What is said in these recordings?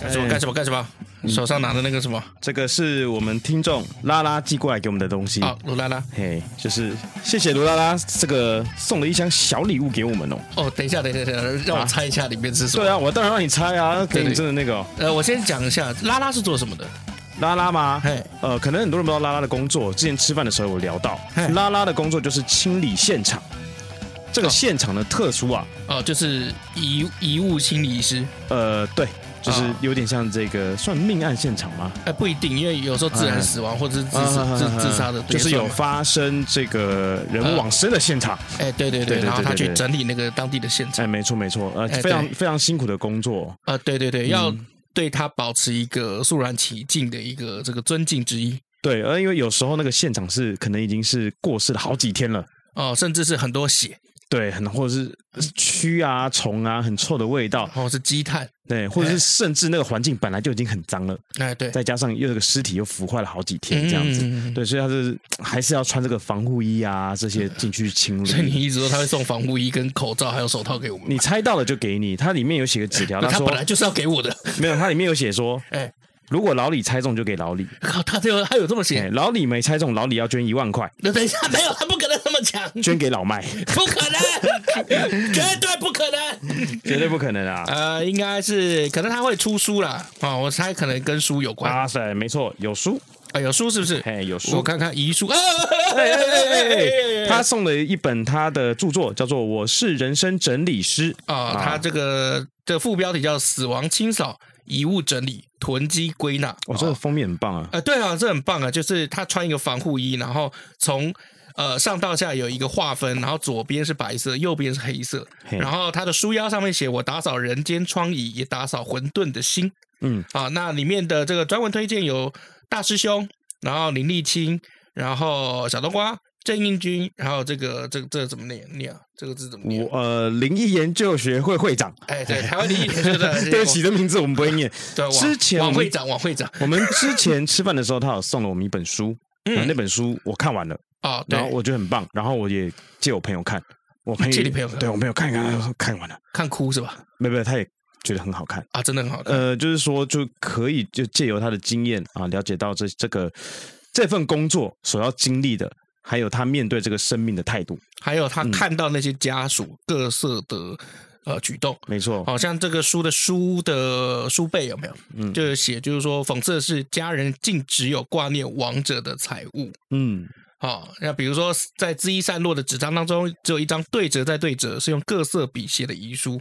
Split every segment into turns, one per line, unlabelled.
干什么干什么干什么？手上拿的那个什么？
哎嗯这个是我们听众拉拉寄过来给我们的东西
好，哦卢拉拉。
嘿，就是谢谢卢拉拉这个送了一箱小礼物给我们哦。
哦，等一下，等一下，等一下，
啊
让我猜一下里面是什么。
对啊，我当然让你猜啊，给
对
你真的那个哦
呃，我先讲一下，拉拉是做什么的？
拉拉吗？
嘿，
呃，可能很多人不知道拉拉的工作，之前吃饭的时候有聊到
嘿，
拉拉的工作就是清理现场。这个
哦
现场的特殊啊，
哦，就是遗遗物清理师。
呃，对，就是
啊
有点像这个算命案现场吗？
哎，不一定，因为有时候自然死亡或者是自死
啊
自自杀的，
就是有
也算嘛
发生这个人往生的现场。
哎，对对
对
对，
对
然后
对
他
对
去
对
整理那个当地的现场，
哎，没错没错，呃，
哎
非常
对
非常辛苦的工作。
啊，对
嗯
对对，要对他保持一个肃然起敬的一个这个尊敬之意
对，呃，因为有时候那个现场是可能已经是过世了好几天了，
哦，甚至是很多血，
对，很或者是蛆啊、虫啊，很臭的味道，
或者哦是积碳，
对，或者是甚至那个环境本来就已经很脏了，
哎，对，
再加上又有个尸体又腐坏了好几天这样子，
嗯。嗯嗯
对，所以他是还是要穿这个防护衣啊这些进去清理。
所以你一直说他会送防护衣、跟口罩还有手套给我们吗，
你猜到了就给你，它里面有写个纸条，
那
他
他
说
本来就是要给我的。
没有，它里面有写说，
哎，
如果老李猜中就给老李，
靠，他这有他有这么写
哎，？老李没猜中，老李要捐一万块，
那等一下，没有，他不可能这么讲，
捐给老麦，
不可 能，绝对不可能。
绝对不可能啊！
呃，应该是可能他会出书啦，啊、我猜可能跟书有关。啊、哎
哇塞，没错，有书，
有书是不是？
嘿，有
我
书。
看看遗书。啊、
哎 哎哎哎哎！他送了一本他的著作，叫做《我是人生整理师》
啊、他这个的副标题叫“死亡清扫、遗物整理、囤积归纳”
哇，这个
哦
封面很棒啊！
呃，对啊，这很棒啊！就是他穿一个防护衣，然后从呃上到下有一个划分，然后左边是白色，右边是黑色，
嘿
然后他的书腰上面写“我打扫人间疮痍，也打扫混沌的心”。
嗯，
啊，那里面的这个专文推荐有大师兄，然后林立清，然后小冬瓜。郑英军，然后这个这个这个怎么念念啊？这个字怎么念
我？呃，灵异研究学会会长，
哎，对，台湾林立清是的，
对不起，这名字我们不会 念。
对，王
之前我
王
们
会长，王会长
我们之前吃饭的时候，他有送了我们一本书，
嗯
然后那本书我看完了，
哦，对
然后，我觉得很棒，然后我也借我朋友看，我朋友
借你朋友看嗯
对我朋友看一看，他说看完了，
看哭是吧？
没有没有，他也觉得很好看。
啊，真的很好看，
呃，就是说就可以就借由他的经验啊，了解到这这个这份工作所要经历的，还有他面对这个生命的态度。
还有他
嗯
看到那些家属各色的呃举动，
没错，
好像这个书的书的书背有没有？
嗯
就是写就是说讽刺的是家人竟只有挂念亡者的财物，
嗯，
好、那比如说在恣意散落的纸张当中，只有一张对折再对折，是用各色笔写的遗书。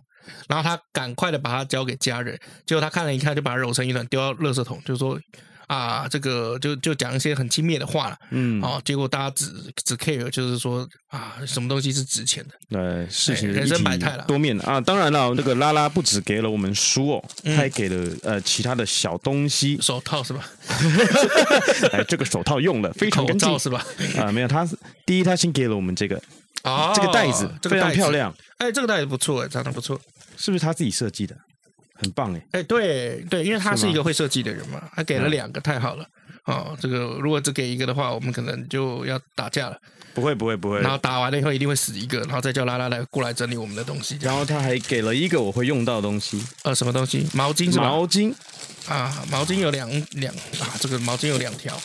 然后他赶快的把它交给家人，结果他看了一看，就把它揉成一团丢到垃圾桶，就说啊，这个就就讲一些很轻蔑的话了。
嗯，
哦，结果大家只只 care 就是说啊，什么东西是值钱的？
呃，事情
哎
的
人
一
生
体
百态啦，
多面啊。当然了，那个拉拉不只给了我们书哦，他还给了呃其他的小东西
手套是吧？
哎，这个手套用了非常
口
干净
罩是吧？
啊。没有，他第一他先给了我们这个
哦，
这个袋子
这个
非常
袋子
漂。亮，
哎，这个袋子不错，长得不错。
是不是他自己设计的？很棒哎，
哎，对对，因为他
是
是一
吗嗯
个会设计的人嘛，他给了两个，太好了。哦，这个如果只给一个的话，我们可能就要打架了。
不会不会不会。
然后打完了以后，一定会死一个，然后再叫拉拉来过来整理我们的东西。这
然
样
后他还给了一个我会用到的东西，
呃，什么东西？毛巾是吧？
毛巾
啊，毛巾有两两啊，这个毛巾有两条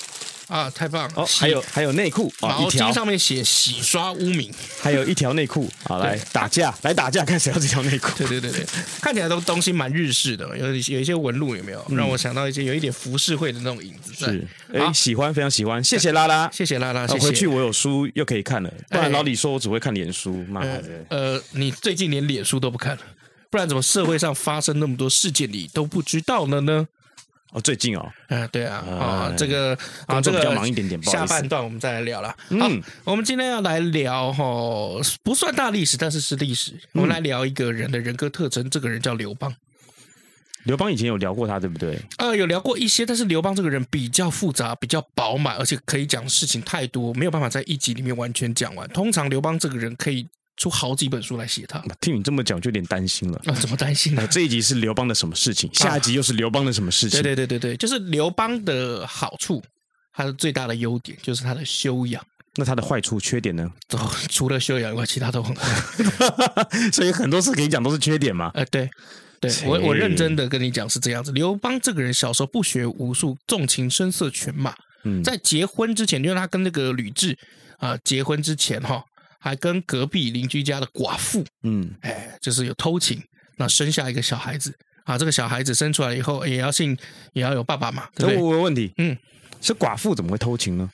啊，太棒了！
哦，
洗
还有还有内裤哦，
毛
一条
巾，上面写“洗刷污名
还有一条内裤，好来打架，来打架，看谁要这条 内”。裤。
对对对对，看起来都东西蛮日式的，有一些有一些纹路，有没有让我想到一些有一点浮世绘的那种影子在？
嗯是，
好
哎，喜欢非常喜欢，谢谢拉拉。
谢谢拉拉，
啊
谢谢。
回去我有书又可以看了，不
哎
然老李说我只会看脸书，妈的！
呃，你最近连脸书都不看了，不然怎么社会上发生那么多事件你都不知道了呢？
哦，最近哦，
嗯，对啊，啊
哎，
这个啊，
工
这
作
个
比较忙一点点不好
下
意思
半段我们再来聊了。好
嗯，
我们今天要来聊哈，不算大历史，但是是历史。
嗯
我们来聊一个人的人格特征，这个人叫刘邦。
刘邦以前有聊过他，对不对？
呃，有聊过一些，但是刘邦这个人比较复杂，比较饱满，而且可以讲的事情太多，没有办法在一集里面完全讲完。通常刘邦这个人可以出好几本书来写他。
听你这么讲，就有点担心了。
啊，怎么担心呢
哎，？这一集是刘邦的什么事情？下一集又是刘邦的什么事情？
对对对对对，就是刘邦的好处，他的最大的优点就是他的修 养。
那他的坏处、缺点呢？
哦除了修养以外，其他都很好。
所以很多事可以讲都是缺点嘛。
呃，对，对
切
我我认真的跟你讲是这样子。刘邦这个人小时候不学无术，重情声色犬马，
嗯，
在结婚之前，因为他跟那个吕雉啊、结婚之前哈、还跟隔壁邻居家的寡妇，
嗯，
哎，就是有偷情，那生下一个小孩子啊，这个小孩子生出来以后也要姓也要有爸爸嘛，对
那
不对？
我有问题，
嗯，
是寡妇怎么会偷情呢？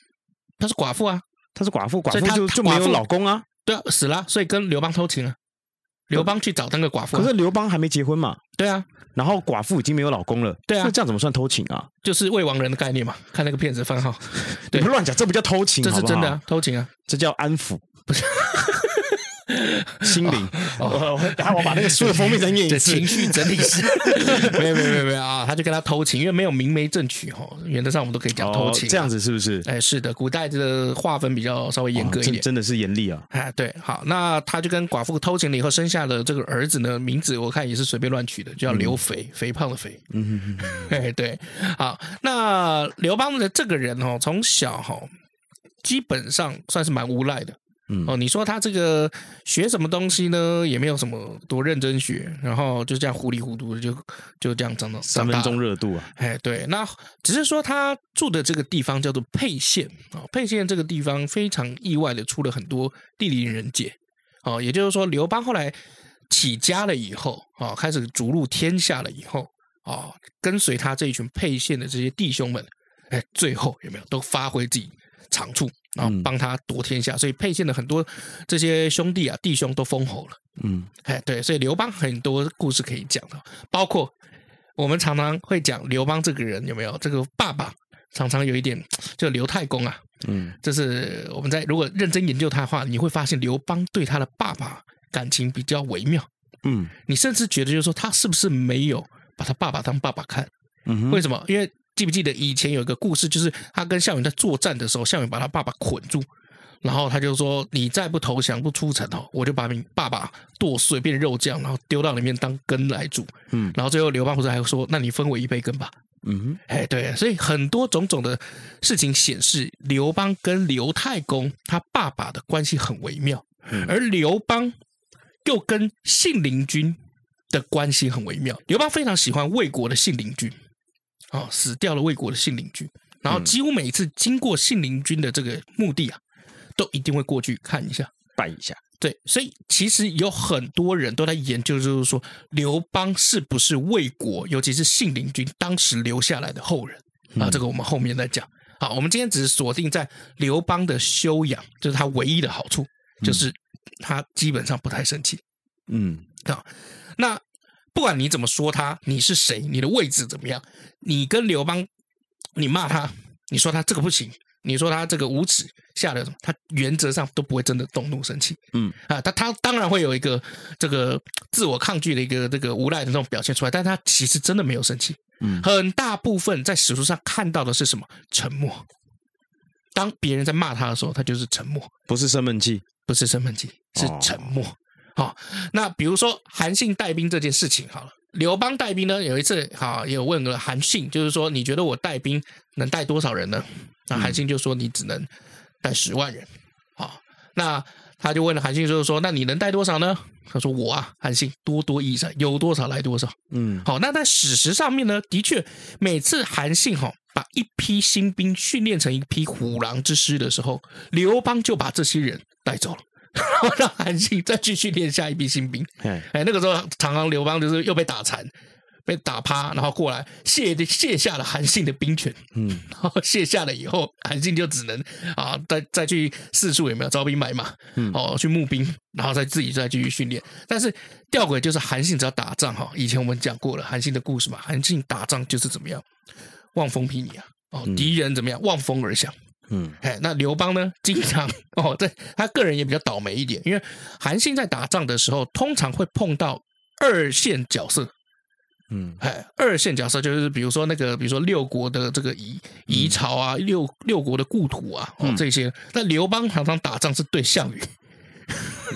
她是寡妇啊，
她是寡妇，寡
所以
妇
她
就
她
就没
寡
有
妇
老公啊。
对啊，死了，所以跟刘邦偷情啊。刘邦去找那个寡妇啊、
可是刘邦还没结婚嘛，
对啊，
然后寡妇已经没有老公了，
对啊
那这样怎么算偷情啊？
就是未亡人的概念嘛。看那个骗子番号，
你
对
们乱讲，这不叫偷情，
这
好
是
不
真的、
好
啊，偷 情啊。
这叫安抚，不是心灵。我等下我把那个哦书的封面再念
这
一次
情。绪整理 师，没有没有没有没有啊，他就跟他偷情，因为没有明媒正娶哈，原则上我们都可以讲偷情、
哦这样，子是不是？
哎，是的，古代这个划分比较稍微严格
哦
一
真
点。
真的是严厉啊！
哎，对，好，那他就跟寡妇偷情了以后，生下的这个儿子呢，名字我看也是随便乱取的，叫刘肥，肥胖的肥。
嗯，
嘿，对，好，那刘邦的这个人哦，从小哈、哦，基本上算是蛮无赖的。
嗯
哦，你说他这个学什么东西呢？也没有什么多认真学，然后就这样糊里糊涂的就就这样长到
三分钟。热度啊！
哎，对，那只是说他住的这个地方叫做沛县啊、哦，沛县这个地方非常意外的出了很多地灵人杰哦，也就是说刘邦后来起家了以后啊、哦，开始逐鹿天下了以后啊、哦，跟随他这一群沛县的这些弟兄们，哎，最后有没有都发挥自己长处，然后
嗯
帮他夺天下，所以沛县的很多这些兄弟啊弟兄都封侯了。
嗯，
哎，对，所以刘邦很多故事可以讲的，包括我们常常会讲刘邦这个人有没有这个爸爸，常常有一点就刘太公啊，
嗯，
就是我们在如果认真研究他的话，你会发现刘邦对他的爸爸感情比较微妙，
嗯
你甚至觉得就是说他是不是没有把他爸爸当爸爸看？
嗯哼，
为什么？因为记不记得以前有一个故事，就是他跟项羽在作战的时候，项羽把他爸爸捆住，然后他就说：“你再不投降不出城哦，我就把你爸爸剁碎变肉酱，然后丢到里面当羹来煮。”
嗯
然后最后刘邦不是还说：“那你分我一杯羹吧。”
嗯哼，
哎，对，所以很多种种的事情显示，刘邦跟刘太公他爸爸的关系很微妙，
嗯
而刘邦又跟信陵君的关系很微妙。刘邦非常喜欢魏国的信陵君，哦，死掉了魏国的信陵君，然后几乎每一次经过信陵君的这个墓地啊，都一定会过去看一下。
拜一下。
对，所以其实有很多人都在研究，就是说刘邦是不是魏国，尤其是信陵君当时留下来的后人啊？这个我们后面再讲。好，我们今天只是锁定在刘邦的修养，就是他唯一的好处，就是他基本上不太生气。
嗯，
那不管你怎么说他，你是谁，你的位置怎么样，你跟刘邦，你骂他，你说他这个不行，你说他这个无耻，下流什么，他原则上都不会真的动怒生气。
嗯
啊，他他当然会有一个这个自我抗拒的一个这个无赖的那种表现出来，但他其实真的没有生气。
嗯
很大部分在史书上看到的是什么？沉默。当别人在骂他的时候，他就是沉默。
不是生闷气。
不是身份级，是
哦
沉默。好、那比如说韩信带兵这件事情好了，刘邦带兵呢，有一次好也有问了韩信，就是说你觉得我带兵能带多少人呢？那韩信就说你只能带十万人。好、那他就问了韩信，就是说那你能带多少呢？他说我啊，韩信多多益善，有多少来多少。
嗯
好，那在史实上面呢，的确每次韩信哈、把一批新兵训练成一批虎狼之师的时候，刘邦就把这些人带走了。然后让韩信再去训练下一批新兵。
哎，
哎，那个时候常常刘邦就是又被打残，被打趴，然后过来卸卸下了韩信的兵权，
嗯
然后 卸下了以后，韩信就只能啊，再再去四处有没有招兵买马，
嗯
哦，去募兵，然后再自己再继续训练。但是吊诡就是韩信只要打仗哈，以前我们讲过了韩信的故事嘛，韩信打仗就是怎么样，望风披靡啊。哦
嗯，
敌人怎么样？望风而降。
嗯
哎，那刘邦呢，经常哦，在他个人也比较倒霉一点，因为韩信在打仗的时候，通常会碰到二线角色。
嗯
哎，二线角色就是比如说那个，比如说六国的这个遗遗朝啊，六六国的故土啊，哦、
嗯
这些。那刘邦常常打仗是对项羽，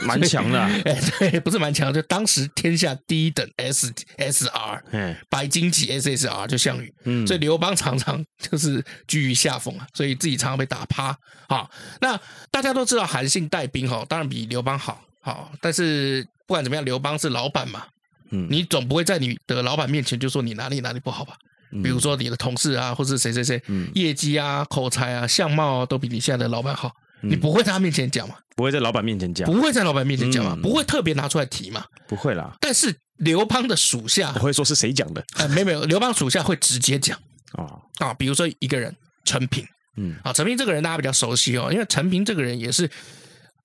蛮强的啊，
哎，对，不是蛮强，就当时天下第一等 S S R
哎，
白金级 S S R 就项羽，
嗯，
所以刘邦常常就是居于下风啊，所以自己常常被打趴啊。那大家都知道韩信带兵哈、哦，当然比刘邦好好，但是不管怎么样，刘邦是老板嘛，
嗯
你总不会在你的老板面前就说你哪里哪里不好吧？
嗯
比如说你的同事啊，或是谁谁谁，
嗯
业绩啊、口才啊、相貌啊，都比你现在的老板好，你
嗯
不会在他面前讲嘛？
不会在老板面前讲，
不会在老板面前讲嘛？
嗯
不会特别拿出来提嘛？
不会啦，
但是刘邦的属下
我，会说是谁讲的
呃，没有没有，刘邦属下会直接讲
啊，
啊，比如说一个人陈平。
嗯
啊，陈平这个人大家比较熟悉哦，因为陈平这个人也是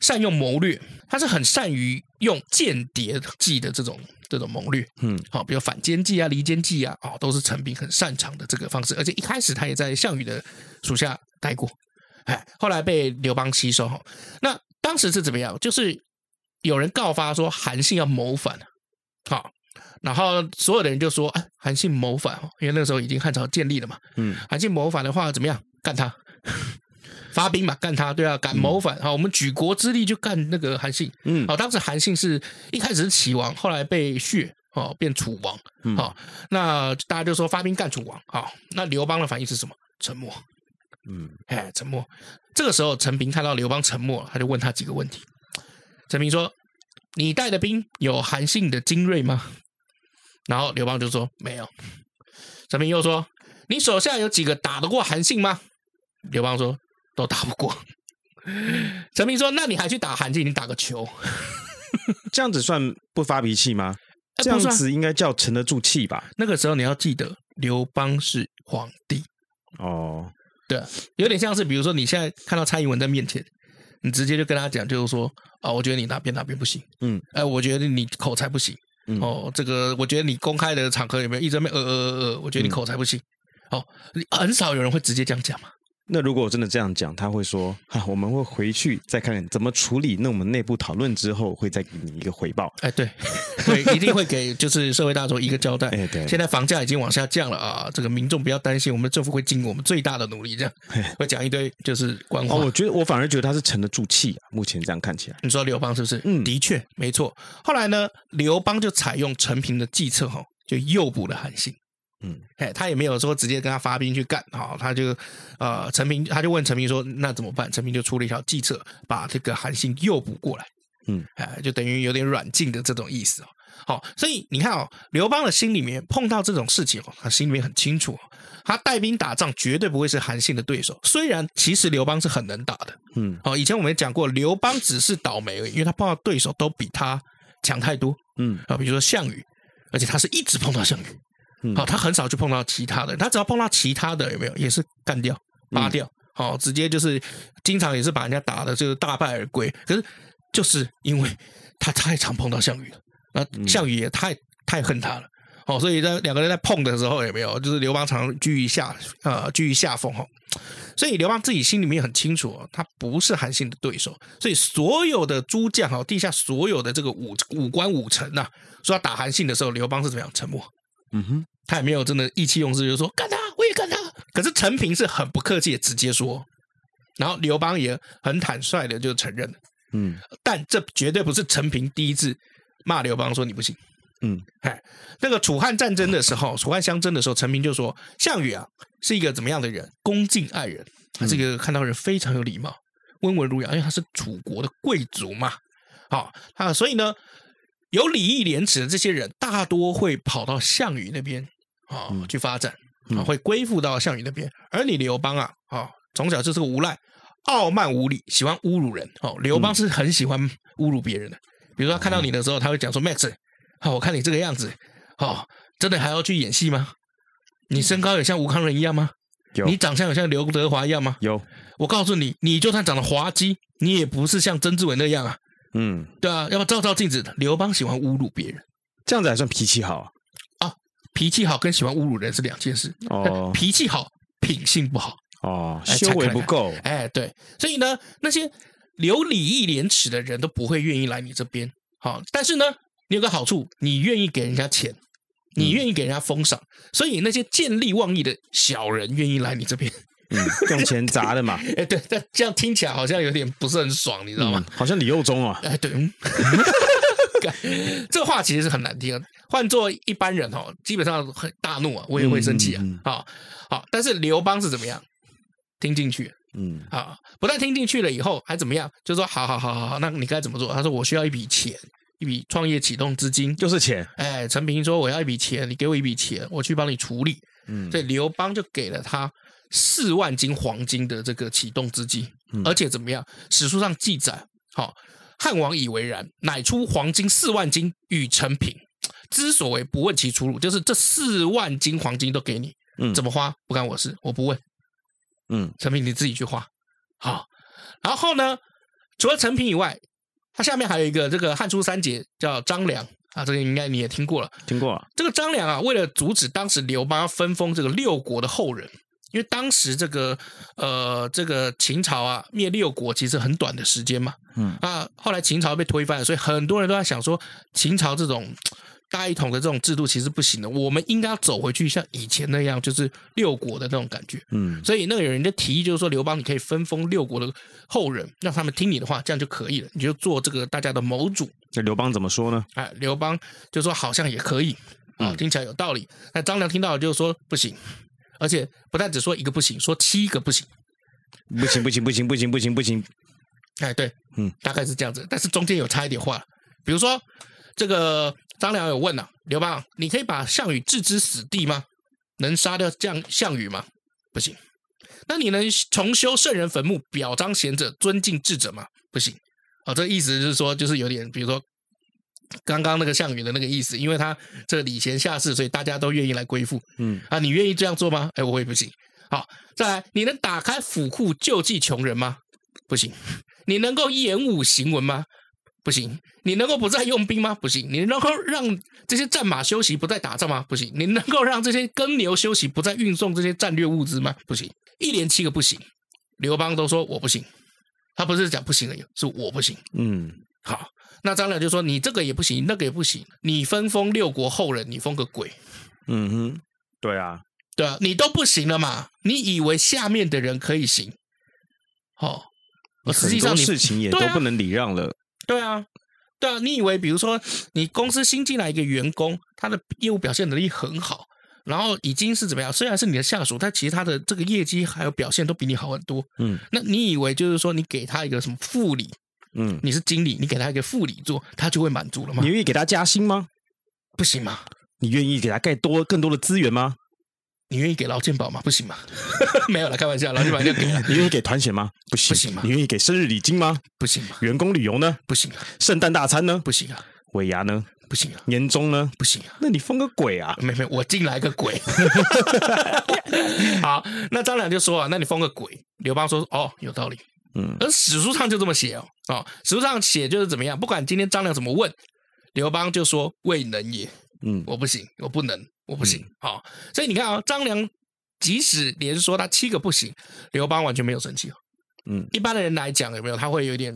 善用谋略，他是很善于用间谍计的这种这种谋略。
嗯
好、比如反间计啊、离间计啊，哦，都是陈平很擅长的这个方式。而且一开始他也在项羽的属下待过，哎，后来被刘邦吸收。哦那当时是怎么样？就是有人告发说韩信要谋反，好、然后所有的人就说：“哎，韩信谋反哦，因为那时候已经汉朝建立了嘛。
嗯
韩信谋反的话，怎么样？干他，发兵嘛，干他，对啊，敢谋反，好，我们举国之力就干那个韩信。
嗯
好，当时韩信是一开始是齐王，后来被削，哦，变楚王。
嗯
好，那大家就说发兵干楚王。好，那刘邦的反应是什么？沉默。
嗯
哎，沉默。这个时候，陈平看到刘邦沉默了，他就问他几个问题。陈平说：“你带的兵有韩信的精锐吗？”然后刘邦就说：“没有。”陈平又说：“你手下有几个打得过韩信吗？”刘邦说：“都打不过。”陈平说：“那你还去打韩信？你打个球。
这样子算不发脾气吗？
哎
这样
不是啊
子应该叫沉得住气吧？
那个时候你要记得，刘邦是皇帝，
哦，
对啊，有点像是比如说你现在看到蔡英文在面前，你直接就跟他讲，就是说啊，我觉得你哪边哪边不行，
嗯，
哎、我觉得你口才不行，
嗯
哦，这个我觉得你公开的场合有没有一直在那边呃呃呃呃，我觉
嗯
得你口才不行，哦，你很少有人会直接这样讲嘛，
那如果我真的这样讲，他会说啊，我们会回去再看看怎么处理。那我们内部讨论之后，会再给你一个回报。
哎，对，对，一定会给就是社会大众一个交代。
哎对
现在房价已经往下降了啊，这个民众不要担心，我们政府会尽我们最大的努力，这样会讲一堆就是官话。
哦，我觉得我反而觉得他是沉得住气、啊，目前这样看起来，
你说刘邦是不是？
嗯
的确没错。后来呢，刘邦就采用陈平的计策，哈，就诱捕了韩信。
嗯，
哎，他也没有说直接跟他发兵去干，哈，他就呃，陈平他就问陈平说，那怎么办？陈平就出了一条计策，把这个韩信诱捕过来。
嗯，
哎，就等于有点软禁的这种意思哦。好、所以你看哦，刘邦的心里面碰到这种事情哦，他心里面很清楚、哦，他带兵打仗绝对不会是韩信的对手。虽然其实刘邦是很能打的，
嗯
哦，以前我们也讲过，刘邦只是倒霉而已，因为他碰到对手都比他强太多
嗯
啊，比如说项羽，而且他是一直碰到项羽，好、
嗯
哦他很少去碰到其他的，他只要碰到其他的有没有，也是干掉、扒掉，好、直接就是经常也是把人家打的就是大败而归。可是就是因为他太常碰到项羽了，那项羽也太太恨他了。哦，所以在两个人在碰的时候，有没有就是刘邦常居于下呃居于下风哦，所以刘邦自己心里面很清楚、哦，他不是韩信的对手，所以所有的诸将哦，地下所有的这个武武官武臣呐、说要打韩信的时候，刘邦是怎么样沉默，
嗯哼，
他也没有真的意气用事，就说干他，我也干他。可是陈平是很不客气，直接说，然后刘邦也很坦率的就承认了，
嗯
但这绝对不是陈平第一次骂刘邦说你不行。
嗯
哎，那个楚汉战争的时候，楚汉相争的时候，陈平就说项羽啊是一个怎么样的人？恭敬爱人，他是一个看到人非常有礼貌、温文儒雅，因为他是楚国的贵族嘛。好、啊，所以呢，有礼义廉耻的这些人，大多会跑到项羽那边啊、
嗯
去发展，啊、
嗯
会归附到项羽那边。而你刘邦啊，啊、从小就是个无赖、傲慢无礼，喜欢侮辱人。哦，刘
嗯
邦是很喜欢侮辱别人的，比如说他看到你的时候，他会讲说：“Max，好、我看你这个样子，哦，真的还要去演戏吗？你身高有像吴康仁一样吗？
有
你长相有像刘德华一样吗？
有，
我告诉你，你就算长得滑稽，你也不是像曾志伟那样啊，
嗯，
对啊，要不照照镜子。刘邦喜欢侮辱别人
这样子还算脾气好啊、
啊，脾气好跟喜欢侮辱人是两件事。
哦
脾气好，品性不好。
哦，
哎
修为不够
哎，对，所以呢，那些有礼义廉耻的人都不会愿意来你这边。好，但是呢，你有个好处，你愿意给人家钱，你愿意给人家封赏，所以那些见利忘义的小人愿意来你这边。
嗯，用钱砸的 嘛，
哎，对，但这样听起来好像有点不是很爽，你知道吗
嗯？好像李佑忠啊，
哎，对，嗯 干这话其实是很难听的。换做一般人哦，基本上很大怒啊，我也会生气啊
嗯嗯嗯。
好、好，但是刘邦是怎么样？听进去
嗯
啊，不但听进去了以后，还怎么样？就说好好好好好，那你该怎么做？他说我需要一笔钱，一笔创业启动资金。
就是钱，
哎，陈平说我要一笔钱，你给我一笔钱，我去帮你处理。
嗯
所以刘邦就给了他四万斤黄金的这个启动资金，
嗯
而且怎么样？史书上记载，好、汉王以为然，乃出黄金四万斤与陈平。之所谓不问其出路，就是这四万斤黄金都给你，
嗯
怎么花不干我事，我不问。
嗯
陈平你自己去花。好、然后呢，除了陈平以外，他下面还有一个这个汉初三杰叫张良啊，这个应该你也听过了。
听过啊，
这个张良啊，为了阻止当时刘邦要分封这个六国的后人，因为当时这个呃这个秦朝啊灭六国其实很短的时间嘛，
嗯
啊后来秦朝被推翻了，所以很多人都在想说，秦朝这种大一统的这种制度其实不行的，我们应该要走回去像以前那样，就是六国的那种感觉。
嗯
所以那个有人就提议，就是说刘邦，你可以分封六国的后人，让他们听你的话，这样就可以了，你就做这个大家的盟主。
那刘邦怎么说呢？
哎，刘邦就说好像也可以，啊、
嗯
听起来有道理。那张良听到了就说不行，而且不但只说一个不行，说七个不行。
不行不行不行不行不行不行，
哎，对，
嗯，
大概是这样子，但是中间有插一点话，比如说这个张良有问了、啊刘邦，你可以把项羽置之死地吗？能杀掉项项羽吗？不行。那你能重修圣人坟墓，表彰贤者，尊敬智者吗？不行。哦，这意思就是说，就是有点，比如说刚刚那个项羽的那个意思，因为他这个礼贤下士，所以大家都愿意来归附。
嗯
啊，你愿意这样做吗？哎，我也不行。好，再来，你能打开府库救济穷人吗？不行。你能够演武行文吗？不行。你能够不再用兵吗？不行。你能够让这些战马休息，不再打仗吗？不行。你能够让这些耕牛休息，不再运送这些战略物资吗？不行。一连七个不行，刘邦都说我不行。他不是讲不行而已，是我不行。
嗯
好，那张良就说你这个也不行，那个也不行，你分封六国后人，你封个鬼。
嗯哼，对啊，
对啊，你都不行了嘛？你以为下面的人可以行？哦，而实
很
际上
多
你
事情也都
对啊
不能礼让了，
对啊，对啊，你以为比如说你公司新进来一个员工，他的业务表现能力很好，然后已经是怎么样？虽然是你的下属，但其实他的这个业绩还有表现都比你好很多。
嗯
那你以为就是说你给他一个什么副理，
嗯，
你是经理，你给他一个副理做，他就会满足了吗
你？愿意给他加薪吗？
不行嘛？
你愿意给他盖多更多的资源吗？
你愿意给劳健保吗？不行嘛？ 没有了，开玩笑，劳健保就给了，
你愿意给团险吗？不行，
不行吗
你愿意给生日礼金吗？
不行嘛？
员工旅游呢？
不行啊！
圣诞大餐呢？
不行啊！
尾牙呢？
不行啊！
年终呢？
不行啊！
那你封个鬼啊！
没没，我进来个鬼。好，那张良就说啊，那你封个鬼。刘邦说哦，有道理。
嗯
而史书上就这么写哦，哦，史书上写就是怎么样，不管今天张良怎么问，刘邦就说未能也，
嗯
我不行，我不能，我不行。好、所以你看啊、张良即使连说他七个不行，刘邦完全没有生气哦。
嗯
一般的人来讲，有没有他会有点，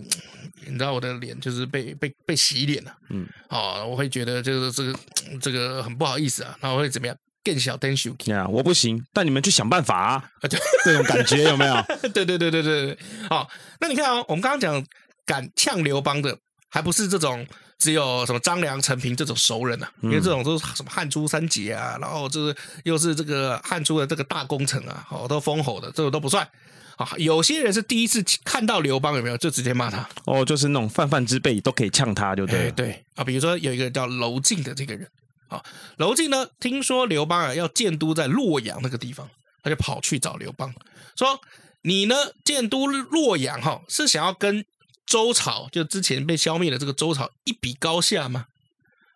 你知道我的脸就是被被被洗脸了、
嗯，
哦，我会觉得就是这个这个很不好意思啊，然后会怎么样？更小灯羞
呀，我不行，但你们去想办法啊！
对
这种感觉有没有？
对对对对对对，好、那你看哦，我们刚刚讲敢呛刘邦的，还不是这种只有什么张良、陈平这种熟人啊，因为这种都是什么汉初三杰啊，然后就是又是这个汉初的这个大功臣啊，哦，都封侯的，这种都不算。啊，有些人是第一次看到刘邦有没有就直接骂他，
哦，就是那种泛泛之辈都可以呛他，就对
哎，
了。
对啊，比如说有一个叫娄敬的这个人啊，娄敬呢，听说刘邦啊要建都在洛阳那个地方，他就跑去找刘邦说：“你呢，建都洛阳哈、是想要跟周朝，就之前被消灭的这个周朝一比高下吗？”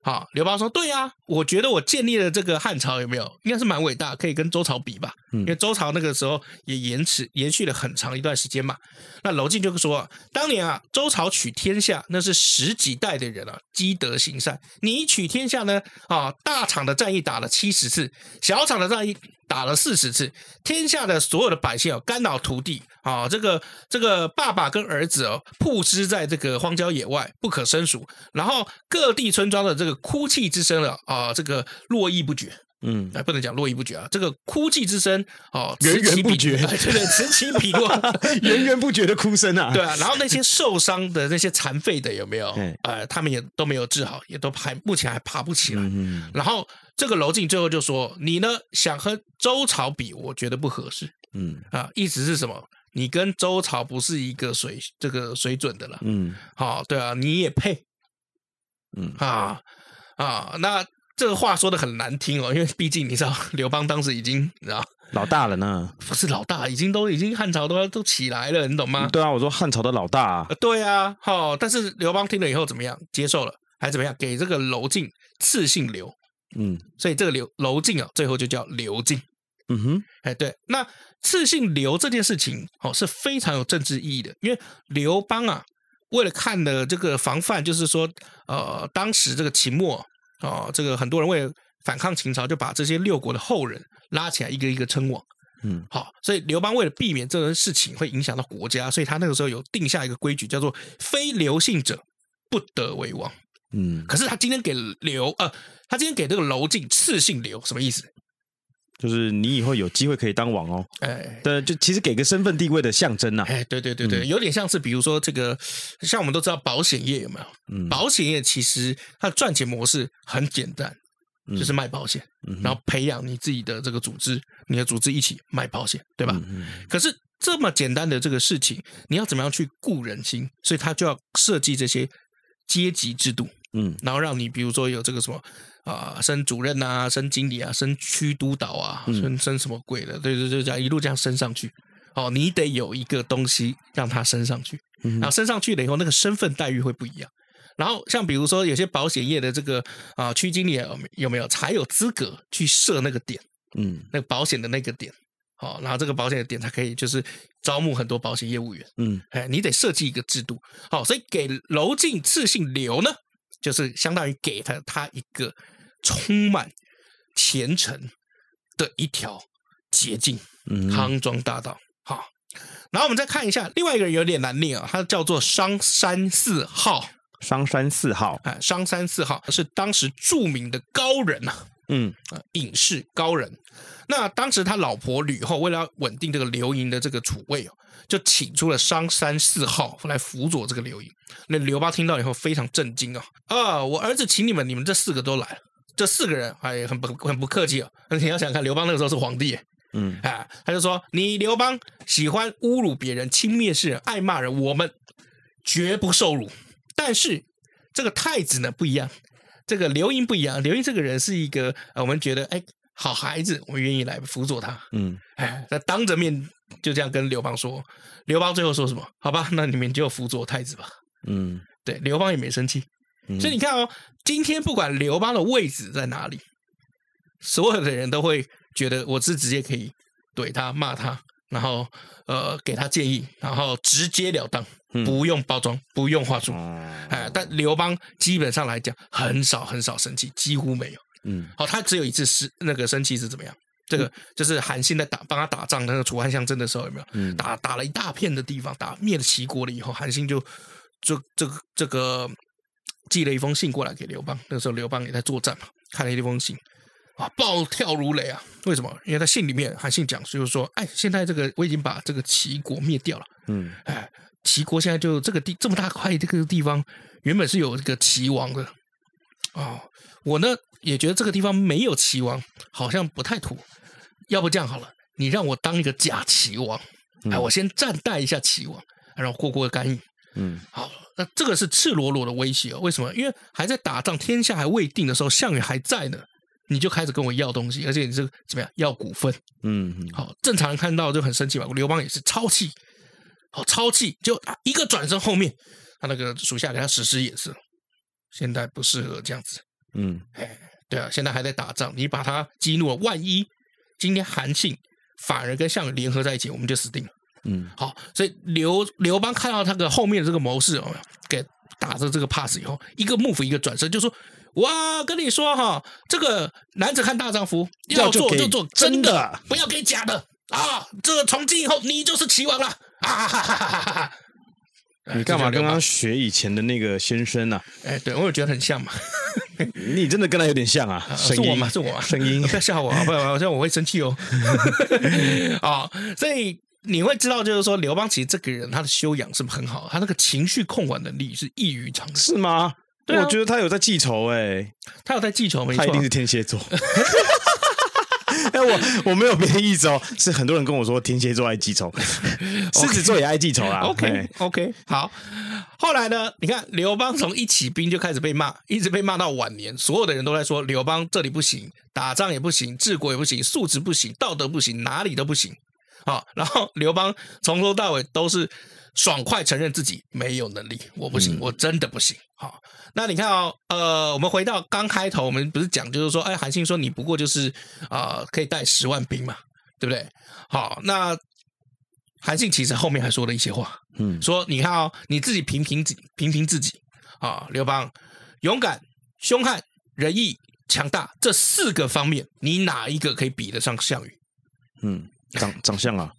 好，刘邦说：“对呀、我觉得我建立了这个汉朝，有没有？应该是蛮伟大，可以跟周朝比吧？
嗯
因为周朝那个时候也延迟延续了很长一段时间嘛。那娄敬就说、啊，当年啊，周朝取天下，那是十几代的人啊，积德行善。你一取天下呢，啊，大场的战役打了七十次，小场的战役打了四十次，天下的所有的百姓啊，肝脑涂地啊，这个这个爸爸跟儿子哦，曝尸在这个荒郊野外，不可胜数。然后各地村庄的这个哭泣之声啊，啊，这个络绎不绝。
嗯，
哎，不能讲络绎不绝啊，这个哭泣之声哦，
源
此起
源不
彼
绝
哎对对，此起彼落。
源源不绝的哭声啊，
对啊，然后那些受伤的那些残废的有没有
嗯？
呃，他们也都没有治好，也都还目前还爬不起来。
嗯，
然后这个娄敬最后就说：“你呢想和周朝比，我觉得不合适
嗯
啊。”意思是什么？你跟周朝不是一个水这个水准的了。
嗯
好、对啊，你也配
嗯
啊啊？那这个话说的很难听哦，因为毕竟你知道刘邦当时已经你知道
老大了呢。
不是老大，已经都已经汉朝都要都起来了，你懂吗？
对啊，我说汉朝的老大啊
呃，对啊，好、但是刘邦听了以后怎么样？接受了，还怎么样？给这个娄敬赐姓刘，
嗯
所以这个刘娄敬啊，最后就叫刘敬。
嗯哼，
哎，对，那赐姓刘这件事情哦是非常有政治意义的，因为刘邦啊，为了看的这个防范，就是说，呃，当时这个秦末哦，这个很多人为了反抗秦朝，就把这些六国的后人拉起来，一个一个称王。
嗯
好，所以刘邦为了避免这种事情会影响到国家，所以他那个时候有定下一个规矩，叫做“非刘姓者不得为王”。
嗯，
可是他今天给刘呃，他今天给这个娄敬赐姓刘，什么意思？
就是你以后有机会可以当王哦。
哎，
对，就其实给个身份地位的象征呐、啊。
哎，对对对对，有点像是比如说这个，像我们都知道保险业有没有？
嗯
保险业其实它的赚钱模式很简单，就是卖保险，
嗯哼
然后培养你自己的这个组织，你的组织一起卖保险，对吧？
嗯
可是这么简单的这个事情，你要怎么样去顾人心？所以他就要设计这些阶级制度，
嗯
然后让你比如说有这个什么啊、升主任啊，升经理啊，升区督导啊，
嗯
升升什么鬼的，对对对，这样一路这样升上去。哦，你得有一个东西让他升上去，
嗯
然后升上去了以后，那个身份待遇会不一样。然后像比如说有些保险业的这个啊、区经理有没有没有才有资格去设那个点，
嗯
那个保险的那个点。好、然后这个保险的点才可以就是招募很多保险业务员。
嗯
哎，你得设计一个制度。好、所以给娄敬赐姓刘呢，就是相当于给他他一个充满前程的一条捷径，
嗯，
康庄大道。好、然后我们再看一下另外一个人有点难念啊，他叫做商山四号。
商山四号，
哎，商山四号是当时著名的高人啊，
嗯
呃隐士高人。那当时他老婆吕后为了要稳定这个刘盈的这个储位哦，就请出了商山四号来辅佐这个刘盈。那刘邦听到以后非常震惊啊、啊，我儿子请你们，你们这四个都来，这四个人哎很不很不客气哦。那你要想看，刘邦那个时候是皇帝耶
嗯
啊，他就说你刘邦喜欢侮辱别人、轻蔑世人、爱骂人，我们绝不受辱。但是这个太子呢不一样，这个刘盈不一样，刘盈这个人是一个呃，我们觉得哎好孩子，我们愿意来辅佐他。
嗯
哎，他当着面就这样跟刘邦说，刘邦最后说什么？好吧，那你们就辅佐太子吧。
嗯
对，刘邦也没生气。
嗯
所以你看哦，今天不管刘邦的位置在哪里，所有的人都会觉得我是直接可以怼他、骂他，然后呃给他建议，然后直截了当，
嗯
不用包装，不用话术。
哦，
哎，但刘邦基本上来讲很少很少生气，几乎没有。
嗯
哦，他只有一次是那个生气是怎么样？这个就是韩信在打帮他打仗那个楚汉相争的时候，有没有？
嗯
打打了一大片的地方，打灭了齐国了以后，韩信就就这个这个寄了一封信过来给刘邦。那时候刘邦也在作战嘛，看了一封信啊，暴跳如雷啊！为什么？因为在信里面，韩信讲就是说，哎，现在这个我已经把这个齐国灭掉了，
嗯
哎，齐国现在就这个地这么大块这个地方，原本是有这个齐王的哦，我呢也觉得这个地方没有齐王，好像不太妥。要不这样好了，你让我当一个假齐王，哎，我先暂代一下齐王，然后过过干瘾。
嗯
好，那这个是赤裸裸的威胁哦。为什么？因为还在打仗，天下还未定的时候，项羽还在呢，你就开始跟我要东西，而且你是怎么样要股份？
嗯
好，正常人看到就很生气吧。刘邦也是超气，好超气，就啊一个转身后面，他那个属下给他实施也是，现在不适合这样子，
嗯，
对啊，现在还在打仗，你把他激怒了，万一今天韩信反而跟项羽联合在一起，我们就死定了。
嗯，
好，所以刘刘邦看到他的后面的这个谋士哦，给打着这个 pass 以后，一个幕府一个转身就说：“哇，跟你说哈，这个男子汉大丈夫，要
就
做
给
就做
真
真的
的，
不要给假的啊！这个从今以后你就是齐王了啊！”哈哈哈哈哈哈！哎
你干嘛
这就
跟
刘邦
他学以前的那个先生啊？
哎，对我也觉得很像嘛，
你真的跟他有点像啊，
啊
声
是我
音
吗？是我 吗？
声音
不要吓我啊！不然好像我会生气 哦。 啊、所以你会知道，就是说刘邦其实这个人他的修养是很好的，他那个情绪控管能力是异于常人。
是吗？
对啊
我觉得他有在记仇哎、
他有在记仇，没
他
错啊
一定是天蝎座。 哎，我我没有贬义哦，是很多人跟我说天蝎座爱记仇，狮子座也爱记仇啦。
OK
哎
OK，好。后来呢？你看刘邦从一起兵就开始被骂，一直被骂到晚年，所有的人都在说刘邦这里不行，打仗也不行，治国也不行，素质不行，道德不行，哪里都不行。好、然后刘邦从头到尾都是爽快承认自己没有能力，我不行，我真的不行。好、那你看哦，呃，我们回到刚开头，我们不是讲就是说，哎，韩信说你不过就是啊、呃可以带十万兵嘛，对不对？好，那韩信其实后面还说了一些话，
嗯
说你看哦，你自己评评自评评自己啊，刘邦，勇敢、凶悍、仁义、强大这四个方面，你哪一个可以比得上项羽？
嗯，长长相啊，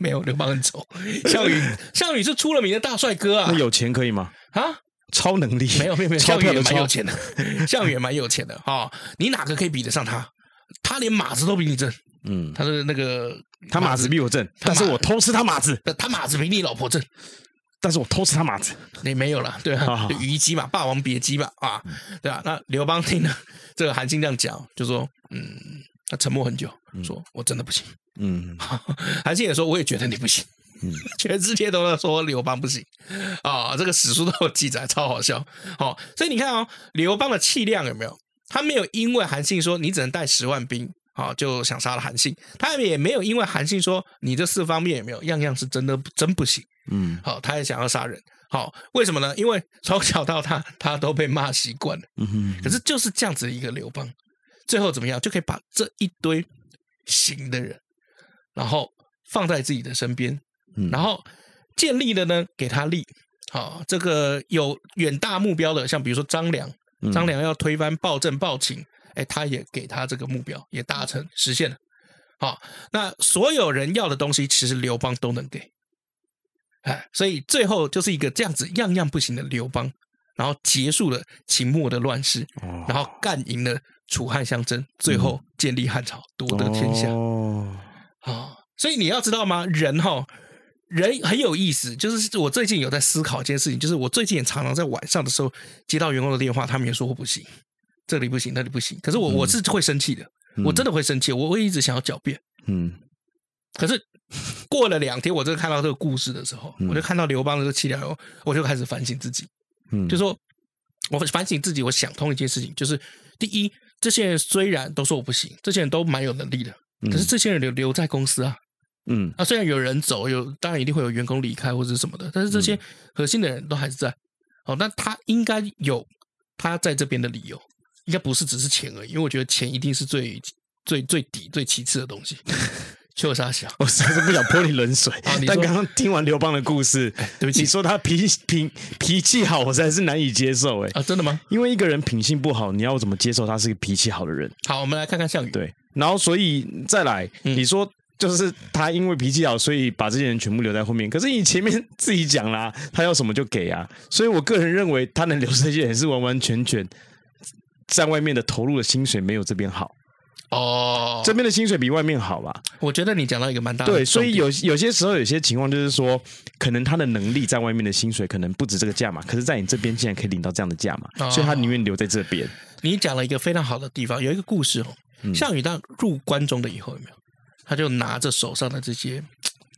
没有，刘邦 很丑。项羽，项羽是出了名的大帅哥啊
那！有钱可以吗？
啊，
超能力
没有没有没有，
钞
项羽
票
也
的
蛮有
钞，
钱 的，项羽也蛮有钱的哈、你哪个可以比得上他？他连马子都比你正，
嗯，
他的那个
他马子比我正，但是我偷吃他马子，
呃他马子比你老婆正。
但是我偷吃他马子，
也没有了，对
好
啊
好，
就虞姬嘛，《霸王别姬》嘛，啊，对啊。那刘邦听了这个韩信这样讲，就说，嗯，他沉默很久，说我真的不行。
嗯，
韩信也说，我也觉得你不行。 全世界都在说刘邦不行啊，这个史书都有记载，超好笑。好、所以你看哦，刘邦的气量有没有？他没有因为韩信说你只能带十万兵，好、就想杀了韩信。他也没有因为韩信说你这四方面有没有样样是真的真不行。
嗯
好、他也想要杀人。好、为什么呢？因为从小到大，他都被骂习惯了。
嗯哼，
可是就是这样子的一个刘邦，最后怎么样，就可以把这一堆行的人，然后放在自己的身边，
嗯
然后建立了呢，给他力。好、这个有远大目标的，像比如说张良，张良要推翻暴政暴秦，哎，他也给他这个目标，也达成实现了。好、那所有人要的东西，其实刘邦都能给。哎，所以最后就是一个这样子样样不行的刘邦，然后结束了秦末的乱世，
哦
然后干赢了楚汉相争，最后建立汉朝，夺得天下啊、
哦
所以你要知道吗？人哈，人很有意思。就是我最近有在思考一件事情，就是我最近也常常在晚上的时候接到员工的电话，他们也说我不行，这里不行，那里不行。可是我、我是会生气的，我真的会生气，我会一直想要狡辩。
嗯
可是过了两天，我真的看到这个故事的时候，我就看到刘邦的这个气量以后，我就开始反省自己，
嗯，
就说我反省自己，我想通一件事情，就是第一，这些人虽然都说我不行，这些人都蛮有能力的，
嗯
可是这些人留留在公司啊，
嗯
啊，虽然有人走，有当然一定会有员工离开或者是什么的，但是这
嗯
些核心的人都还是在。哦，那他应该有他在这边的理由，应该不是只是钱而已，因为我觉得钱一定是最最最底最其次的东 西。就啥想，
我实在是不想啊泼你冷 水
好你，说
但刚刚听完刘邦的故 事，
对不起
你说他脾脾脾气好，我实在是难以接受哎、
啊，真的吗？
因为一个人品性不好，你要怎么接受他是个脾气好的人？
好，我们来看看项羽。
对，然后所以再来，
嗯
你说就是他因为脾气好，所以把这些人全部留在后面。可是你前面自己讲啦、他要什么就给啊。所以我个人认为，他能留这些人是完完全全在外面的投入的薪水没有这边好，
哦，啊
这边的薪水比外面好吧？
我觉得你讲到一个蛮大的
对，所
重
以
点
有有些时候有些情况就是说，可能他的能力在外面的薪水可能不止这个价嘛，可是在你这边竟然可以领到这样的价嘛，
哦
所以他宁愿留在这边。
你讲了一个非常好的地方，有一个故事哦，
嗯
项羽当入关中了以后，有没有？他就拿着手上的这些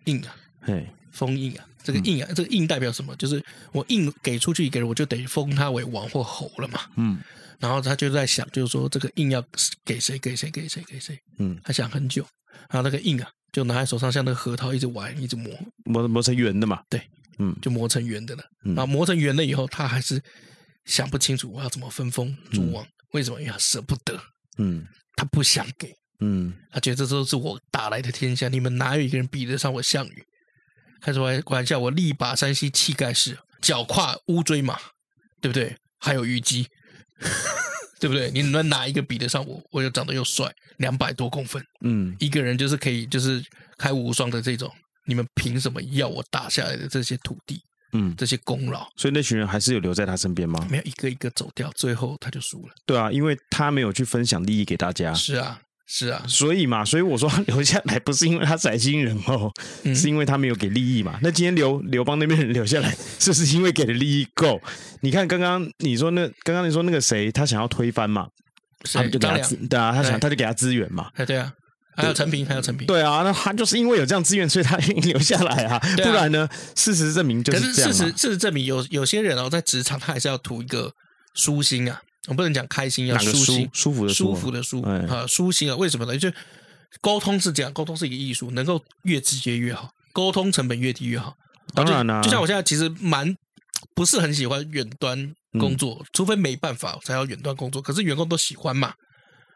印啊，
嘿，
封印啊，这个
嗯
印啊，这个印代表什么？就是我印给出去一个人，我就得封他为王或侯了嘛。
嗯
然后他就在想，就是说这个印要给谁？给谁？给谁？给谁？
嗯，
他想很久，然后那个印啊，就拿在手上，像那个核桃一直玩，一直磨，
磨磨成圆的嘛，
对，
嗯
就磨成圆的了。
嗯
然后磨成圆了以后，他还是想不清楚我要怎么分封诸王，为什么？因为他舍不得，
嗯
他不想给，
嗯
他觉得这都是我打来的天下，你们哪有一个人比得上我项羽？开什么玩笑？我力拔山兮气盖世，脚跨乌骓马，对不对？还有虞姬， 对不对？你们哪一个比得上我？我又长得又帅，两百多公分，
嗯
一个人就是可以就是开无双的这种，你们凭什么要我打下来的这些土地、
嗯，
这些功劳？
所以那群人还是有留在他身边吗？
没有一个一个走掉，最后他就输了。
对啊，因为他没有去分享利益给大家，
是啊，是啊，
所以嘛，所以我说他留下来不是因为他宅心仁厚，
嗯
是因为他没有给利益嘛。那今天刘刘邦那边人留下来，是不是因为给的利益够？你看刚刚你说那刚刚你说那个谁，他想要推翻嘛，他
谁
们就给
张
他
良
资，对啊，他想
对
他就给他资源嘛。
哎，对啊，还有陈平，还有陈平。
对啊，那他就是因为有这样资源，所以他愿意留下来啊。
对啊
不然呢，事实证明就
可是
这
事
样啊
实
嘛。
事实证明有，有些人哦，在职场他还是要图一个舒心啊，我们不能讲开心，要
哪个
舒
舒
心，
舒服的
舒
啊
服的舒
哎
啊，舒心啊。为什么呢？就沟通是这样，沟通是一个艺术，能够越直接越好，沟通成本越低越好。
当然啊啦、
就就像我现在其实蛮不是很喜欢远端
嗯
工作，除非没办法我才要远端工作。可是员工都喜欢嘛？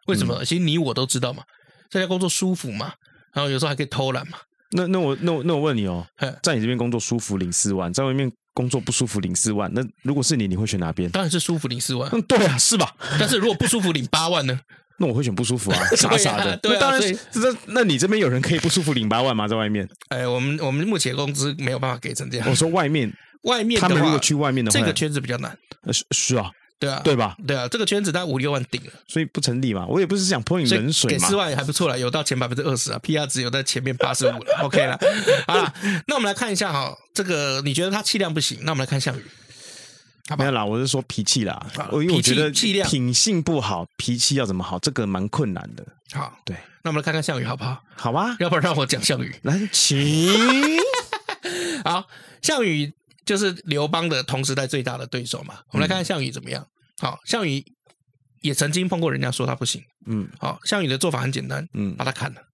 为什么？
嗯
其实你我都知道嘛，在家工作舒服嘛，然后有时候还可以偷懒嘛。
那那我那我那我问你哦
嘿，
在你这边工作舒服领四万，在外面工作不舒服领四万，那如果是你，你会选哪边？
当然是舒服领四万，
嗯，对啊，是吧？
但是如果不舒服领八万呢？
那我会选不舒服啊，傻傻的。
对啊对啊
那当然
所以
是，这那你这边有人可以不舒服领八万吗？在外 面，
哎，我们我们目前工资没有办法给成这样
我。说外面，
外面
他
的
们如
话
果，去外面的话，
这个圈子比较难，
呃是是啊，
对啊，
对吧？
对啊，这个圈子大概五六万顶了，
所以不成立嘛。我也不是想泼你
所以
冷水
给
嘛
四。万也还不错了，有到前百分之二十啊，PR 值有在前面八十五了，OK 了。好了，那我们来看一下哈，这个你觉得他气量不行，那我们来看项羽，好
没
吧
有？啦，我是说脾气啦
好，
我因为我觉得
啊脾气气量
品性不好，脾气要怎么好，这个蛮困难的。
好，
对，
那我们来看看项羽好不好？
好 吧，
要不然让我讲项羽。
来，请
好，项羽就是刘邦的同时代最大的对手嘛。我们来
嗯
看看项羽怎么样。好，项羽也曾经碰过人家说他不行。
嗯
好，项羽的做法很简单，
嗯
把他砍了。哎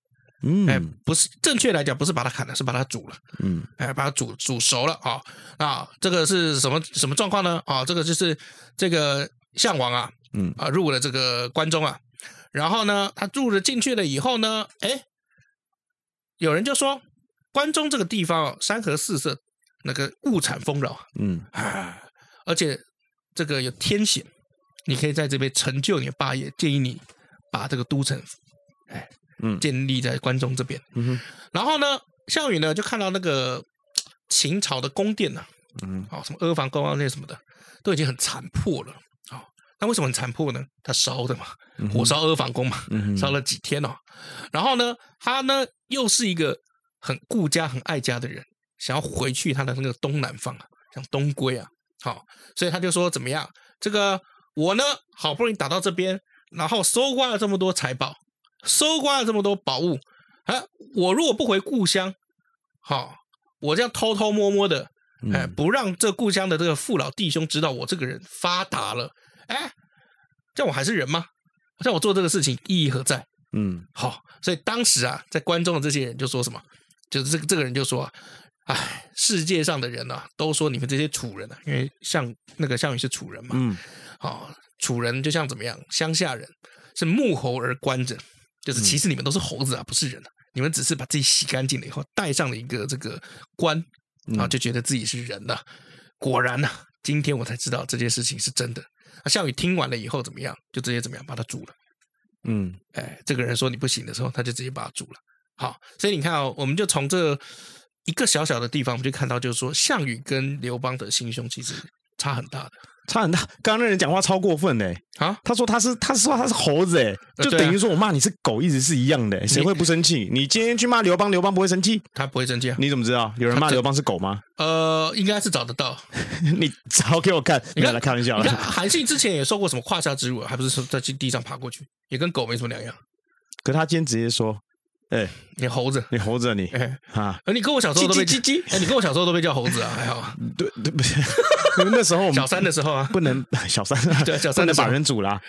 嗯，
不是正确来讲，不是把他砍了，是把他煮了。
嗯，
哎，把它煮煮熟了啊、啊，这个是什么什么状况呢？啊，这个就是这个项王啊，
嗯
啊，入了这个关中啊，然后呢，他入了进去了以后呢，哎，有人就说关中这个地方哦，山河四色，那个物产丰饶
嗯
啊，而且这个有天险，你可以在这边成就你的霸业，建议你把这个都城，哎，
嗯
建立在关中这边。
嗯哼
然后呢，项羽呢就看到那个秦朝的宫殿呐、
嗯
啊，哦，什么阿房宫啊那些什么的，都已经很残破了。哦，那为什么很残破呢？他烧的嘛，火烧阿房宫嘛，
嗯哼
烧了几天哦。然后呢，他呢又是一个很顾家、很爱家的人，想要回去他的那个东南方啊，像东归啊，好、所以他就说怎么样？这个我呢好不容易打到这边，然后搜刮了这么多财宝，搜刮了这么多宝物，啊，我如果不回故乡，好、我这样偷偷摸摸的，哎，
嗯
不让这故乡的这个父老弟兄知道我这个人发达了，哎，这样我还是人吗？这样我做这个事情意义何在？
嗯
好、所以当时啊，在关中的这些人就说什么，就是这个这个人就说、啊，哎，世界上的人啊，都说你们这些楚人啊，因为像那个项羽是楚人嘛，
嗯
好、楚人就像怎么样，乡下人是木猴而观者，就是其实你们都是猴子啊，不是人啊，你们只是把自己洗干净了以后，戴上了一个这个冠，啊，就觉得自己是人了。果然呐、今天我才知道这件事情是真的。那项羽听完了以后怎么样？就直接怎么样把他煮了。
嗯
哎，这个人说你不行的时候，他就直接把他煮了。好，所以你看哦，我们就从这一个小小的地方，我们就看到，就是说项羽跟刘邦的心胸其实差很大的
差很大。刚刚那人讲话超过分嘞、
啊。
他说他是，他说他是猴子、欸，
呃
就
对啊
等于说我骂你是狗，一直是一样的欸、谁会不生气？你今天去骂刘邦，刘邦不会生气？
他不会生气啊，
你怎么知道有人骂刘邦是狗吗？
呃，应该是找得到。
你找给我看，
你
没
看
有来开玩笑
你看
了。
韩信之前也受过什么胯下之辱啊，还不是说在地上爬过去，也跟狗没什么两样。
可他今天直接说：“哎、
你 猴子，
你猴子啊你
哎，
啊
而你跟我小时候都被
叽叽叽
哎，你跟我小时候都被叫猴子啊，还好啊。！”
对对，不是，因为那时候我们
小三的时候啊，
不能 小三啊，
对小三
不
的
能
时候
把人煮啦，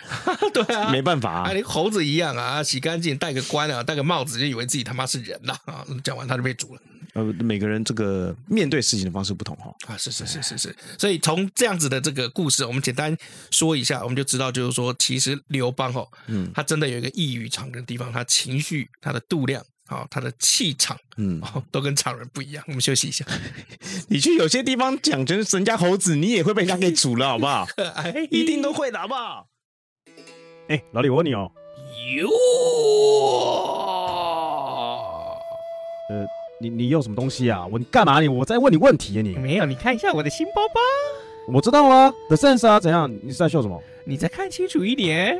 对啊，
没办法
啊，
啊。
你猴子一样啊，洗干净，戴个冠啊，戴个帽子，就以为自己他妈是人了啊！讲完他就被煮了。
呃，每个人这个面对事情的方式不同哈、哦。
啊，是是是是是，所以从这样子的这个故事，我们简单说一下，我们就知道，就是说，其实刘邦哦，
嗯
他真的有一个异于常人的地方，他情绪、他的度量啊、哦他的气场
嗯，
哦，都跟常人不一样。我们休息一下，
你去有些地方讲成人家猴子，你也会被人家给煮了，好不 好？
哎
一定都会的，好不好？
哎，老李，我问你哦，
哟，
呃你你用什么东西啊？我你干嘛你？我在问你问题耶、你
没有，你看一下我的新包包，
我知道啊，The Sense 啊，怎样？你是在秀什么？
你再看清楚一点。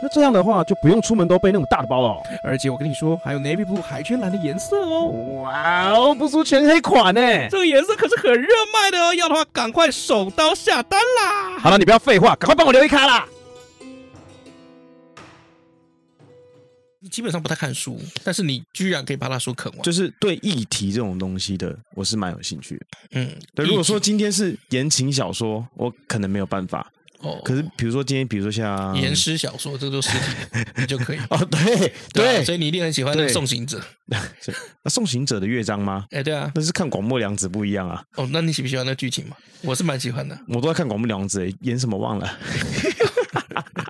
那这样的话，就不用出门都背那种大的包了哦、
而且我跟你说，还有 navy blue 海军蓝的颜色哦，
哇哦，不出全黑款呢、
这个颜色可是很热卖的哦，要的话赶快手刀下单啦！
好了，你不要废话，赶快帮我留一卡啦！
你基本上不太看书，但是你居然可以把那书啃完，
就是对议题这种东西的，我是蛮有兴趣的。
嗯，
对，如果说今天是言情小说，我可能没有办法。
哦，
可是比如说今天，比如说像
言诗小说，这都是你你就 可以。
哦，对
对啊，
对，
所以你一定很喜欢那个
对
送行者。
那送行者的乐章吗？
哎，对啊，
那是看广末凉子不一样啊，
哦，那你喜不喜欢那剧情嘛？我是蛮喜欢的。
我都在看广末凉子，欸演什么忘了。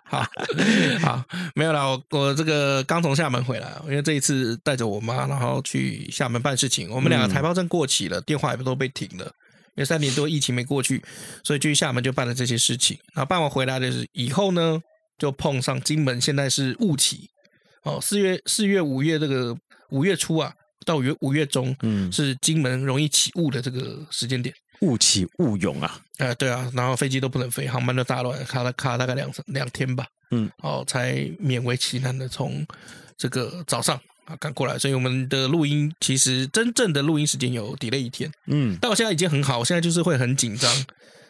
好， 好，没有啦，我我这个刚从厦门回来，啊因为这一次带着我妈，然后去厦门办事情，我们两个
嗯
台胞证过期了，电话也都被停了。因为三年多疫情没过去，所以去厦门就办了这些事情。然后办完回来的是以后呢，就碰上金门现在是雾期，哦，四月、四月、五月这个五月初啊，到五月五月中，
嗯，
是金门容易起雾的这个时间点。
勿起勿勇啊。
呃，对啊，然后飞机都不能飞，航班都大乱，卡了卡大概两两天吧，
嗯，
哦，才勉为其难的从这个早上啊赶过来，所以我们的录音其实真正的录音时间有 delay 一天，
嗯，
但我现在已经很好，我现在就是会很紧张，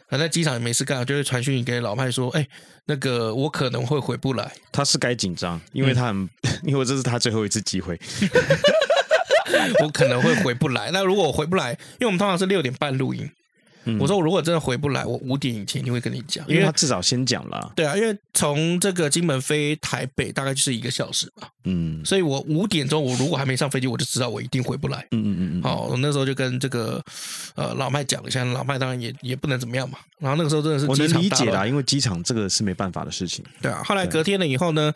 啊，在机场也没事干，我就会传讯给老派说，哎，那个我可能会回不来，
他是该紧张，因
嗯
为他很， 因为这是他最后一次机会。
我可能会回不来。那如果我回不来，因为我们通常是六点半录音，
嗯
我说我如果真的回不来，我五点以前一定会跟你讲，
因为他至少先讲了。
对啊，因为从这个金门飞台北大概就是一个小时吧，
嗯
所以我五点钟我如果还没上飞机，我就知道我一定回不来。
嗯嗯嗯嗯，
好，我那时候就跟这个呃老麦讲了一下，老麦当然也也不能怎么样嘛。然后那个时候真的是
我
机
能
场
理
大
解
乱
啦，因为机场这个是没办法的事情。
对啊。后来隔天了以后呢，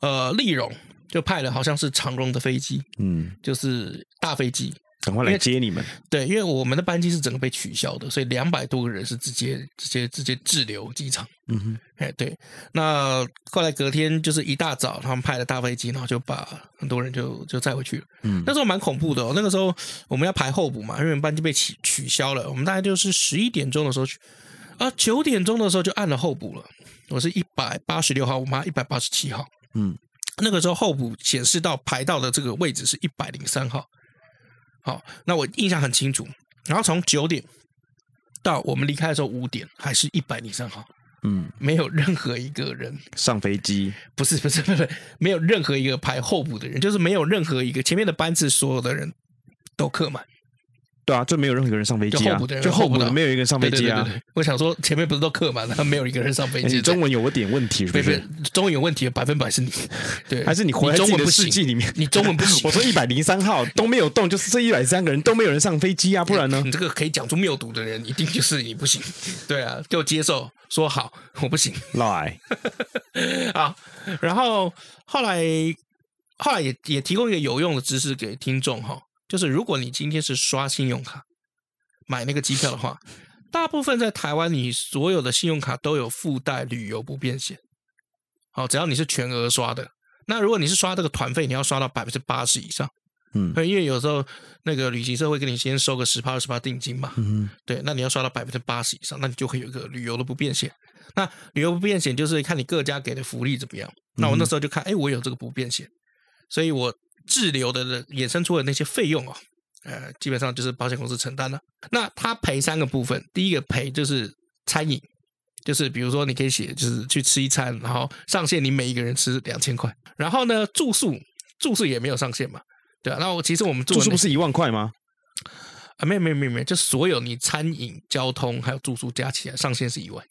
呃，丽荣就派了好像是长荣的飞机，
嗯，
就是大飞机，
赶快来接你们。
对，因为我们的班机是整个被取消的，所以两百多个人是直接直接直接滞留机场。
嗯哼，
哎，对，那后来隔天就是一大早，他们派了大飞机，然后就把很多人就就载回去了。
嗯
那时候蛮恐怖的、哦，那个时候我们要排候补嘛，因为我们班机被取取消了，我们大概就是十一点钟的时候去，啊，九点钟的时候就按了候补了。我是一百八十六号，我妈一百八十七号。
嗯，
那个时候候补显示到排到的这个位置是一百零三号。好，那我印象很清楚。然后从九点到我们离开的时候五点，还是一百零三号。
嗯，
没有任何一个人，
上飞机。
不是不是不是，没有任何一个排候补的人，就是没有任何一个前面的班次所有的人都客满，
对啊，就没有任何一个人上飞机
就候
啊
补的，人
就候补
候补
的
的
没有一个人上飞机啊
对对。对对对我想说前面不是都客满了，没有一个人上飞
哎
机。
你中文有点问题，是不
对不是
是？
中文有问题，百分百是你，对，
还是你活在自
中
己
文
的
不
世
行，
纪里面？
你中文不 行。
我说一百零三号都没有动，就是这一百三个人都没有人上飞机 啊，不然呢
你？这 个可以讲出谬毒的人，一定就是你不行。 对啊，就接受说好，我不行。
老矮，
啊，然后后来后来也也提供一个有用的知识给听众哈，就是如果你今天是刷信用卡买那个机票的话，大部分在台湾你所有的信用卡都有附带旅游不便险，好，只要你是全额刷的。那如果你是刷这个团费，你要刷到百分之八十以上，
嗯
因为有时候那个旅行社会跟你先收个十趴二十趴定金嘛，
嗯
对，那你要刷到百分之八十以上，那你就会有一个旅游的不便险。那旅游不便险就是看你各家给的福利怎么样。那
嗯
我那时候就看，哎、我有这个不便险，所以我滞留的人衍生出的那些费用哦，呃，基本上就是保险公司承担了。那他赔三个部分，第一个赔就是餐饮，就是比如说你可以写，就是去吃一餐，然后上限你每一个人吃两千块。然后呢，住宿住宿也没有上限嘛，对啊，那我其实我们
住
住
宿不
的那
是一万块吗？
啊，没有没有没有没有，就所有你餐饮、交通还有住宿加起来上限是一万。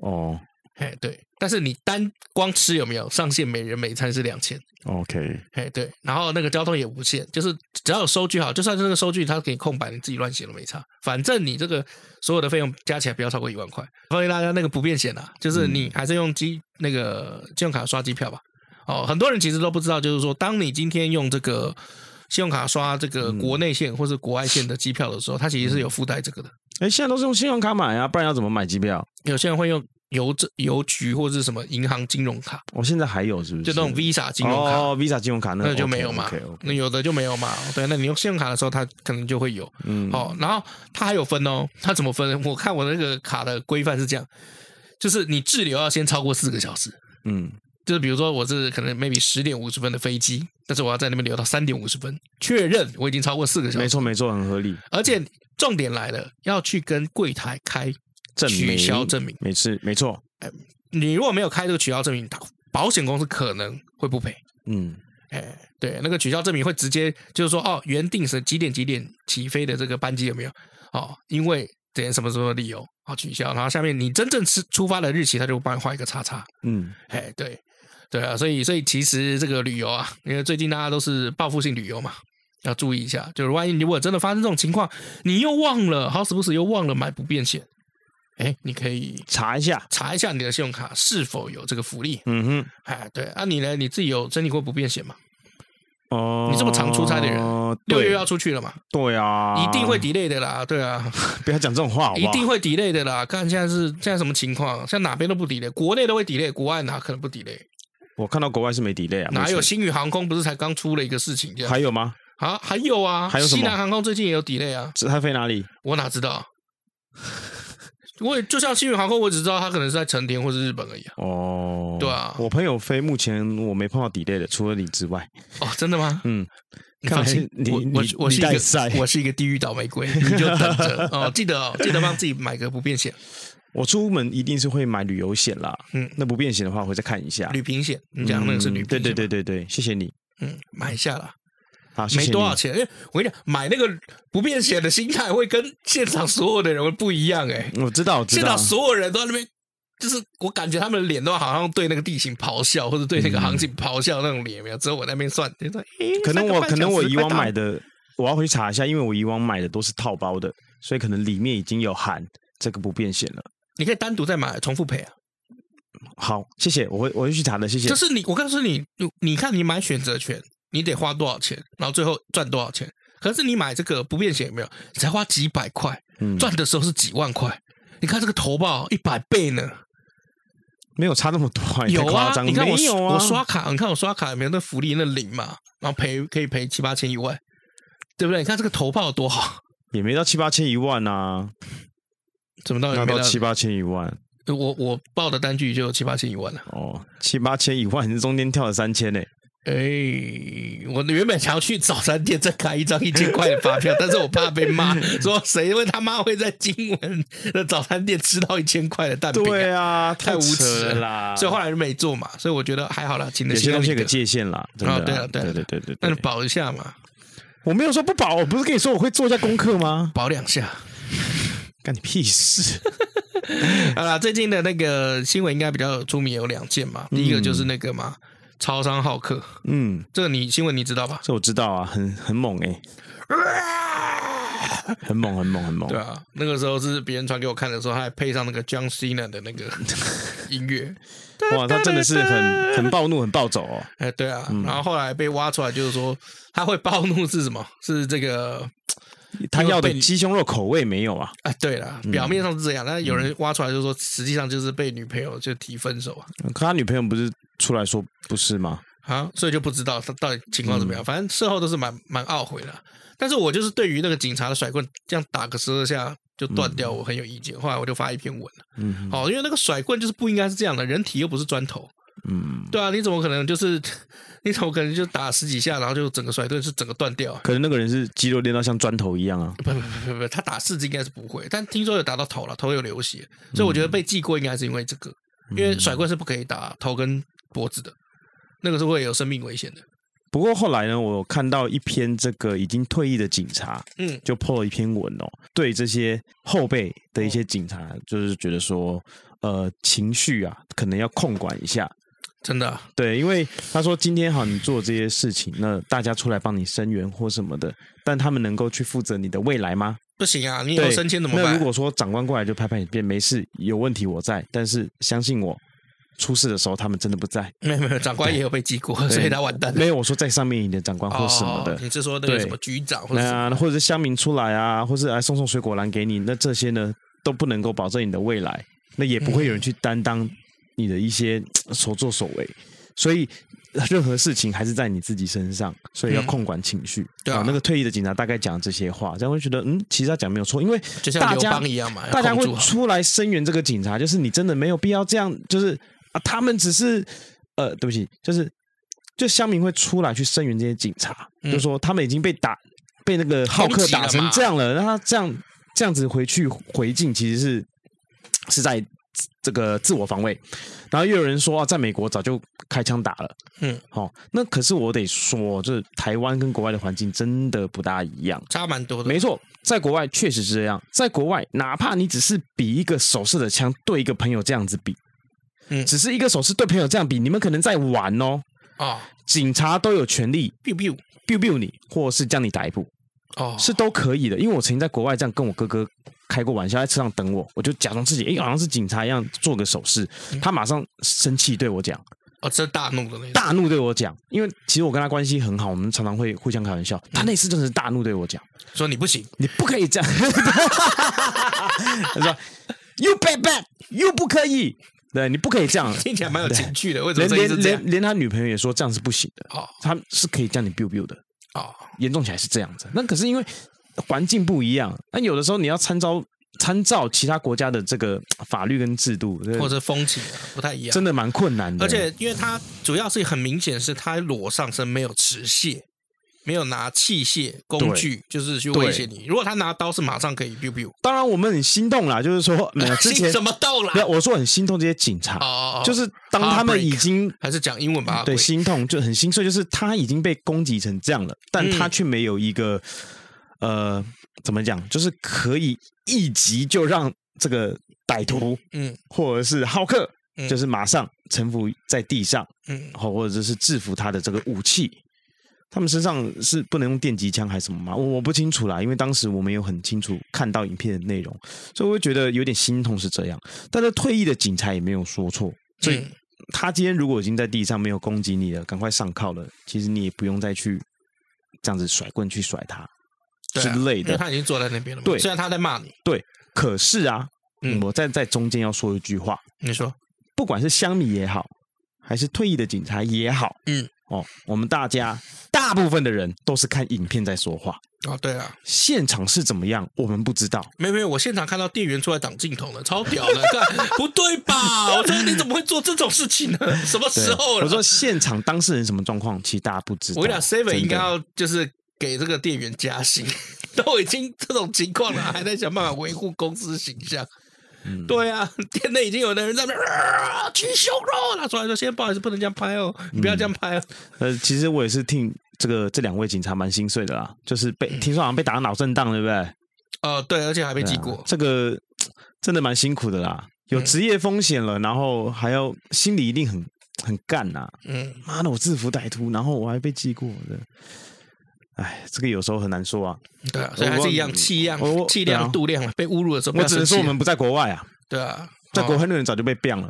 哦
哎，对，但是你单光吃有没有上限？每人每餐是两千。
，OK，
哎，对，然后那个交通也无限，就是只要有收据好，就算是那个收据它给你空白，你自己乱写都没差。反正你这个所有的费用加起来不要超过一万块。欢迎大家那个不便险啊，就是你还是用机那个信用卡刷机票吧。哦，很多人其实都不知道，就是说，当你今天用这个信用卡刷这个国内线或是国外线的机票的时候，它其实是有附带这个的。
哎，现在都是用信用卡买啊，不然要怎么买机票？
有些人会用邮政、邮局或是什么银行金融卡，
我、哦现在还有是不是？
就那种 Visa 金融卡，
哦，Visa 金融卡那
那就没有嘛
OK，, o。k
那有的就没有嘛。对，那你用信用卡的时候，它可能就会有。
嗯，
哦，然后它还有分哦，它怎么分？我看我那个卡的规范是这样，就是你滞留要先超过四个小时。
嗯，
就是比如说我是可能 maybe 十点五十分的飞机，但是我要在那边留到三点五十分，确认我已经超过四个小
没
时。
错没错，很合理。
而且重点来了，要去跟柜台开
证明
取消证明。
没事，没错，
你如果没有开这个取消证明，它保险公司可能会不赔。
嗯，
哎，对，那个取消证明会直接就是说，哦，原定是几点几点起飞的这个班机有没有？哦，因为点什么什么理由，哦，取消。然后下面你真正出出发的日期，他就会帮你画一个叉叉。
嗯，
哎，对，对啊，所以所以其实这个旅游啊，因为最近大家都是报复性旅游嘛，要注意一下。就是万一如果真的发生这种情况，你又忘了，好死不死又忘了买不便险，哎，你可以
查一下，
查一下你的信用卡是否有这个福利。
嗯
哎，对，啊，你呢？你自己有申请过不便险吗？
哼，哦，
你这么常出差的人
对
六月要出去了嘛，
对啊，
一定会 delay 的啦，对啊，
不要讲这种话好不
一
好，
定会 delay 的啦。看现在是现在什么情况，现在哪边都不 delay，国内都会 delay，国外哪可能不 delay？
我看到国外是没 delay 啊，
哪有
没事？
星宇航空不是才刚出了一个事情这样
还有吗？
啊？还有啊，
还有什么
西南航空最近也有 delay 啊，
这它飞哪里？
我哪知道 啊？我也就像星宇航空，我只知道它可能是在成田或是日本而已啊。
哦，
对啊
我朋友飞，目前我没碰到 delay 的，除了你之外，
哦，真的吗？
嗯，
你
看来
放心，
你
我
你
我我
你
是一
带赛
个我是一个地狱倒霉鬼，你就等 着哦，记得哦，记得帮自己买个不便险，
我出门一定是会买旅游险啦，
嗯
那不便险的话我会再看一下。
旅平险，你讲那个是
嗯
旅平
对
险
对对
嘛，
对对，谢谢你，
嗯，买一下啦。
好，谢谢
没
你
多少钱，因为我跟你讲，买那个不变险的心态会跟现场所有的人会不一样哎、
我知道，我知
现
道
场，所有人都在那边，就是我感觉他们的脸都好像对那个地形咆哮，或者对那个行情咆哮那种脸，没有。只有我在那边算，就说，诶
嗯可能
三个
我
半
可能我
小
以
时快
往
到
买的，我要回去查一下，因为我以往买的都是套包的，所以可能里面已经有含这个不便险了。
你可以单独再买，重复赔啊。
好，谢谢，我会我会去查的，谢谢。
就是你，我告诉你，你你看你买选择权，你得花多少钱，然后最后赚多少钱。可是你买这个不变险有没有？才花几百块，
嗯，
赚的时候是几万块。你看这个投报一百倍呢。
没有差那么多、啊，也太
有
夸
啊，
张了
你看我
没有啊，
我刷卡，你看我刷卡有没有那福利那零嘛？然后赔可以赔七八千一万，对不对？你看这个投报多好，
也没到七八千一万啊，
怎么到底
要
哦没
到
到
七？八千一万
我我报的单据就有七八千一万了。
哦，七八千一万，你中间跳了三千呢、
哎，我原本想要去早餐店再开一张一千块的发票，但是我怕被骂，说谁会他妈会在金门的早餐店吃到一千块的蛋饼、
对啊，
太
无
无耻
耻
了
啦！
所以后来就没做嘛，所以我觉得还好啦，请的
有些东西有个
给，
界限啦，真的
啊对啊
对
对
对
啊
对对
那
对
就保一下嘛，
我没有说不保，我不是跟你说我会做一下功课吗？
保两 下。
干你屁事！
好啦，最近的那个新闻应该比较出名，有两件嘛。第一个就是那个嘛，超商好客，
嗯，
这个你新闻你知道吧？
这我知道啊，很很猛哎、很猛很猛很猛。
对啊，那个时候是别人传给我看的时候，他还配上那个 John Cena 的那 个音乐。
哇，他真的是很很暴怒很暴走哦。
哎，对啊，然后后来被挖出来，就是说他会暴怒是什么？是这个
他要
因为
的
被
鸡胸肉口味没有啊？
啊，对了，表面上是这样，但是有人挖出来就说，实际上就是被女朋友就提分手啊。
可他女朋友不是出来说不是吗？
啊，所以就不知道他到底情况怎么样。反正事后都是蛮蛮懊悔的啊。但是我就是对于那个警察的甩棍这样打个十二下就断掉，我很有意见。后来我就发一篇文了，
嗯
哦，因为那个甩棍就是不应该是这样的，人体又不是砖头，
嗯，
对啊，你怎么可能就是 你怎么可能就打十几下，然后就整个甩棍是整个断掉啊？
可能那个人是肌肉练到像砖头一样啊。
不不不不不，他打四肢应该是不会，但听说有打到头了，头有流血，所以我觉得
嗯
被记过应该是因为这个，因为甩棍是不可以打头跟脖子的，那个是会有生命危险的。
不过后来呢，我有看到一篇这个已经退役的警察，
嗯，
就 PO 了一篇文哦，对这些后辈的
哦
一些警察，就是觉得说，呃，情绪啊，可能要控管一下。
真的啊
对，因为他说今天好，你做这些事情，那大家出来帮你声援或什么的，但他们能够去负责你的未来吗？
不行啊！你以后
对，
升迁怎么
那
办？
如果说长官过来就拍拍你肩，没事，有问题我在，但是相信我，出事的时候他们真的不在。
没有没有，长官也有被记过，
对
所以他完蛋了。
没有我说在上面一点长官或什么的，
呃哦你是说那个
对
什么局长或者什么？
那或者是乡民出来啊，或是来送送水果篮给你，那这些呢都不能够保证你的未来，那也不会有人去担当你的一些嘖所作所为，所以。任何事情还是在你自己身上，所以要
嗯
控管情绪。哦
对啊
那个退役的警察大概讲这些话，这样会觉得，嗯，其实他讲没有错，因为
就像
大
刘
家
邦一样嘛，要
大家
控啊
会
制好
出来声援这个警察，就是你真的没有必要这样，就是啊，他们只是呃，对不起，就是就乡民会出来去声援这些警察，
嗯
就说他们已经被打被那个浩克打成这样了，让他这样这样子回去回敬，其实是是在这个自我防卫。然后又有人说啊，在美国早就开枪打了，
嗯，
哦，那可是我得说，就是台湾跟国外的环境真的不大一样。
差蛮多的。
没错，在国外确实是这样。在国外，哪怕你只是比一个手势的枪对一个朋友这样子比，
嗯
只是一个手势对朋友这样比，你们可能在玩哦。
哦
警察都有权利
，biu biu，
biu biu 你，或是将你逮捕，
哦，
是都可以的。因为我曾经在国外这样跟我哥哥开过玩笑，在车上等我，我就假装自己诶、好像是警察一样做个手势，
嗯
他马上生气对我讲，
哦，这是大怒的那种。
大怒对我讲，因为其实我跟他关系很好，我们常常会互相开玩笑。
嗯
他那次真的是大怒对我讲。
说你不行，
你不可以这样。 他说，You bad bad，又不可以。对，你不可以 这样。
听起来蛮有情趣的。为什么
连
这一次
连
这样
连？连他女朋友也说这样是不行的，
哦
他是可以叫你 biu biu 的，
哦，
严重起来是这样子。那可是因为环境不一样，那有的时候你要参照参照其他国家的这个法律跟制度，对
或者风情啊不太一样
真。的蛮困难的。
而且，因为他主要是很明显是他裸上身，没有持械，没有拿器械工具，就是去威胁你。如果他拿刀，是马上可以 biu biu。
当然我们很心动啦，就是说没有呃之前
哎什么刀啦
没？有，我说很心痛这些警察，
哦哦，哦
就是当他们
Heartbreak
已经
还是讲英文吧。
对，心痛就很心碎，就是他已经被攻击成这样了，但
嗯
他却没有一个、呃，怎么讲，就是可以一击就让这个歹徒
嗯
或者是浩克，
嗯
就是马上臣服在地上，
嗯，
好，或者是制服他的这个武器。他们身上是不能用电击枪还是什么吗？我我不清楚啦，因为当时我没有很清楚看到影片的内容，所以我会觉得有点心痛是这样。但是退役的警察也没有说错，所以
嗯
他今天如果已经在地上没有攻击你了，赶快上铐了，其实你也不用再去这样子甩棍去甩他
对啊
之类
因为
的。
他已经坐在那边了嘛。
对
虽然他在骂你，
可是啊，
嗯
我站在中间要说一句话，
你说
不管是乡民也好，还是退役的警察也好，
嗯，
哦，我们大家大部分的人都是看影片在说话，
哦，对啊，
现场是怎么样我们不知道。
没有没有，我现场看到店员出来挡镜头了，超屌的，看不对吧？我说你怎么会做这种事情呢？什么
对
时候了？
我说现场当事人什么状况，其实大家不知道。
我跟你讲
真
，Seven
的
应该要就是给这个店员加薪， 都已经这种情况 了，还在想办法维护公司形象。
嗯
对啊，店内已经有的人在那边啊，去胸肉，他出来说：“先不好意思，不能这样拍哦，
嗯
你不要这样拍哦。
呃，其实我也是听这个这两位警察蛮心碎的啦，就是被听说好像被打到脑震荡，对不对？
呃，对，而且嗯还被记
对啊
过，
这个嘖真的蛮辛苦的啦，有
嗯
职业风险了，然后还要心里一定很很干呐、
嗯，
妈的，我制服歹徒，然后我还被记过的。哎，这个有时候很难说啊。
对啊，所以还是一样气量
我、我
气
对
量、
啊
度量了。被侮辱的时候，不
我
要
只能说
生气
我们不在国外啊，
对啊，
在国
哦
外那人早就被 ban 了。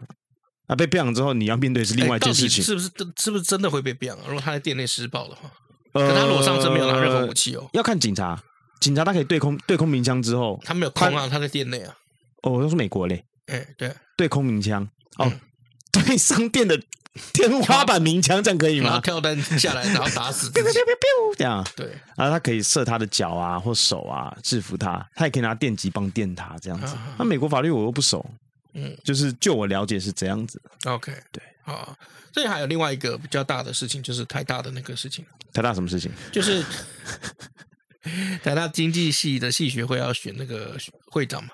啊，被 ban 了之后，你要面对是另
哎
外一
到
件
底
事情。
是不是真是不是真的会被变啊？如果他在店内施暴的话，可
呃
他裸上身没有拿任何武，器哦，
要看警察，警察他可以对空对空鸣枪之后，
他没有空啊，他在店内啊，
哦，我都是美国嘞，
哎，对啊，
对空鸣枪哦，
嗯
对商店的天花板鸣枪，这样可以
然后
吗？
跳单下来，然后打死自己，
这样，
对，
然后他可以射他的脚啊或手啊，制服他，他也可以拿电击棒电他这样子
啊。
那美国法律我又不熟，
嗯
就是就我了解是这样子。
，OK，
对，
好，这里还有另外一个比较大的事情，就是台大的那个事情，
台大什么事情？
就是 台大经济系的系学会要选那个会长嘛，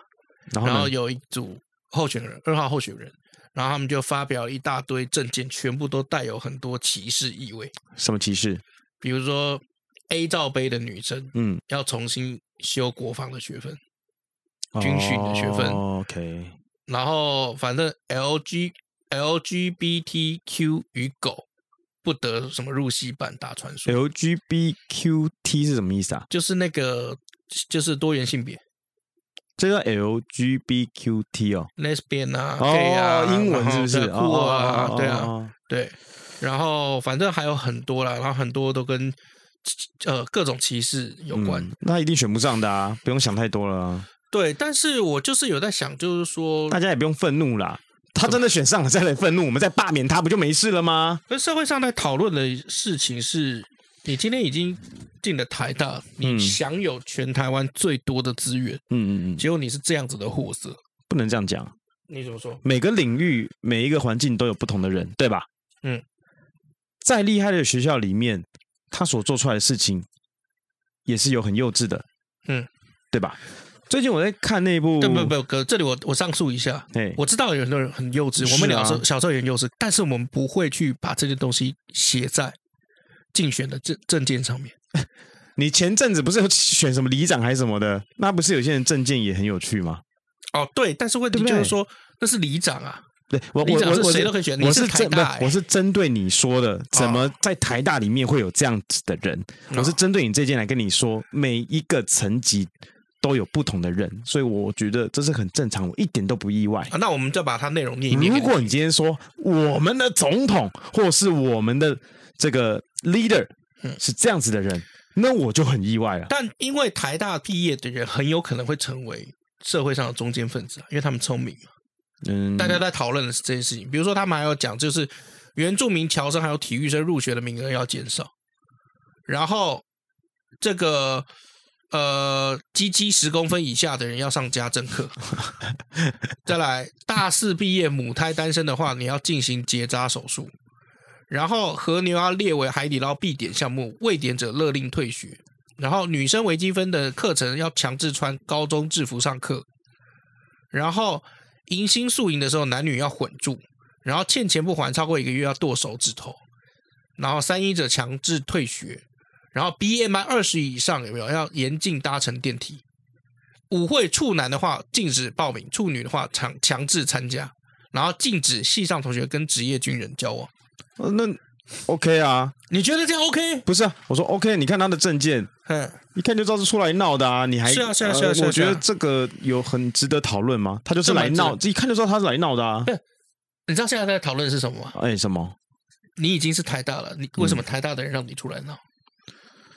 然后
然后
呢？
有一组候选人，二号候选人。然后他们就发表了一大堆证件，全部都带有很多歧视意味。
什么歧视？
比如说 A 罩杯的女生
嗯，
要重新修国防的学分，军训的学分
哦 OK，
然后反正 L G L G B T Q 与狗不得什么入戏版打传说，
LGBTQT 是什么意思啊？
就是那个就是多元性别
这叫 LGBTQT 哦。
，lesbian 啊
哦
，gay 啊，，
英文是不是？
酷
哦，
啊
哦
对
哦
啊，
哦
对，然后反正还有很多啦，然后很多都跟呃各种歧视有关。
嗯那一定选不上的啊，不用想太多了啊，
对，但是我就是有在想，就是说
大，家也不用愤怒啦。他真的选上了 再来愤怒，我们再罢免他不就没事了吗？
跟社会上在讨论的事情是，你今天已经进了台大，你
嗯
享有全台湾最多的资源，
嗯嗯嗯，
结果你是这样子的货色，
不能这样讲。
你怎么说？
每个领域、每一个环境都有不同的人，对吧？
嗯，
再厉害的学校里面，他所做出来的事情也是有很幼稚的，
嗯，
对吧？最近我在看那部，
对，不不，哥，这里我我上诉一下，
哎，
我知道有很多人很幼稚，
是啊
我们小时候小时候也很幼稚，但是我们不会去把这些东西写在竞选的证证件上面。
你前阵子不是有选什么里长还是什么的？那不是有些人证件也很有趣吗？
哦，对，但是问题
对不
就
对
是说，那是里长啊，
对我我
里长
我
是
我
谁都可以选你
我
是台
针
大哦
不
欸
我是针对你说的，怎么在台大里面会有这样子的人？
哦
我是针对你这件来跟你说，每一个层级都有不同的人，所以我觉得这是很正常，我一点都不意外
啊。那我们就把它内容念一遍给
如
你。
果你今天说我们的总统或是我们的这个 leader
嗯
是这样子的人，那我就很意外了。
但因为台大毕业的人很有可能会成为社会上的中间分子啊，因为他们聪明嘛。
嗯，
大家在讨论的是这件事情，比如说他们还要讲，就是原住民侨生还有体育生入学的名额要减少，然后这个呃，鸡鸡十公分以下的人要上家政课。再来，大四毕业母胎单身的话，你要进行结扎手术。然后和牛要列为海底捞必点项目，未点者勒令退学。然后女生微积分的课程要强制穿高中制服上课。然后迎新宿营的时候，男女要混住。然后欠钱不还超过一个月要剁手指头。然后三一者强制退学。然后 BMI 二十以上有没有要严禁搭乘电梯？舞会处男的话禁止报名，处女的话强强制参加，然后禁止系上同学跟职业军人交往。
呃那 OK 啊，
你觉得这样 OK？
不是啊，我说 OK，你看他的证件，
嗯，
一看就知道是出来闹的啊！你还
是啊是啊
呃
是啊是啊
我觉
是
得
啊
这个有很值得讨论吗？他就是
这蛮
来
值得
闹，这一看就知道他是来闹的啊！
你知道现在在讨论是什么吗？
哎，什么？
你已经是台大了，
嗯
你为什么台大的人让你出来闹？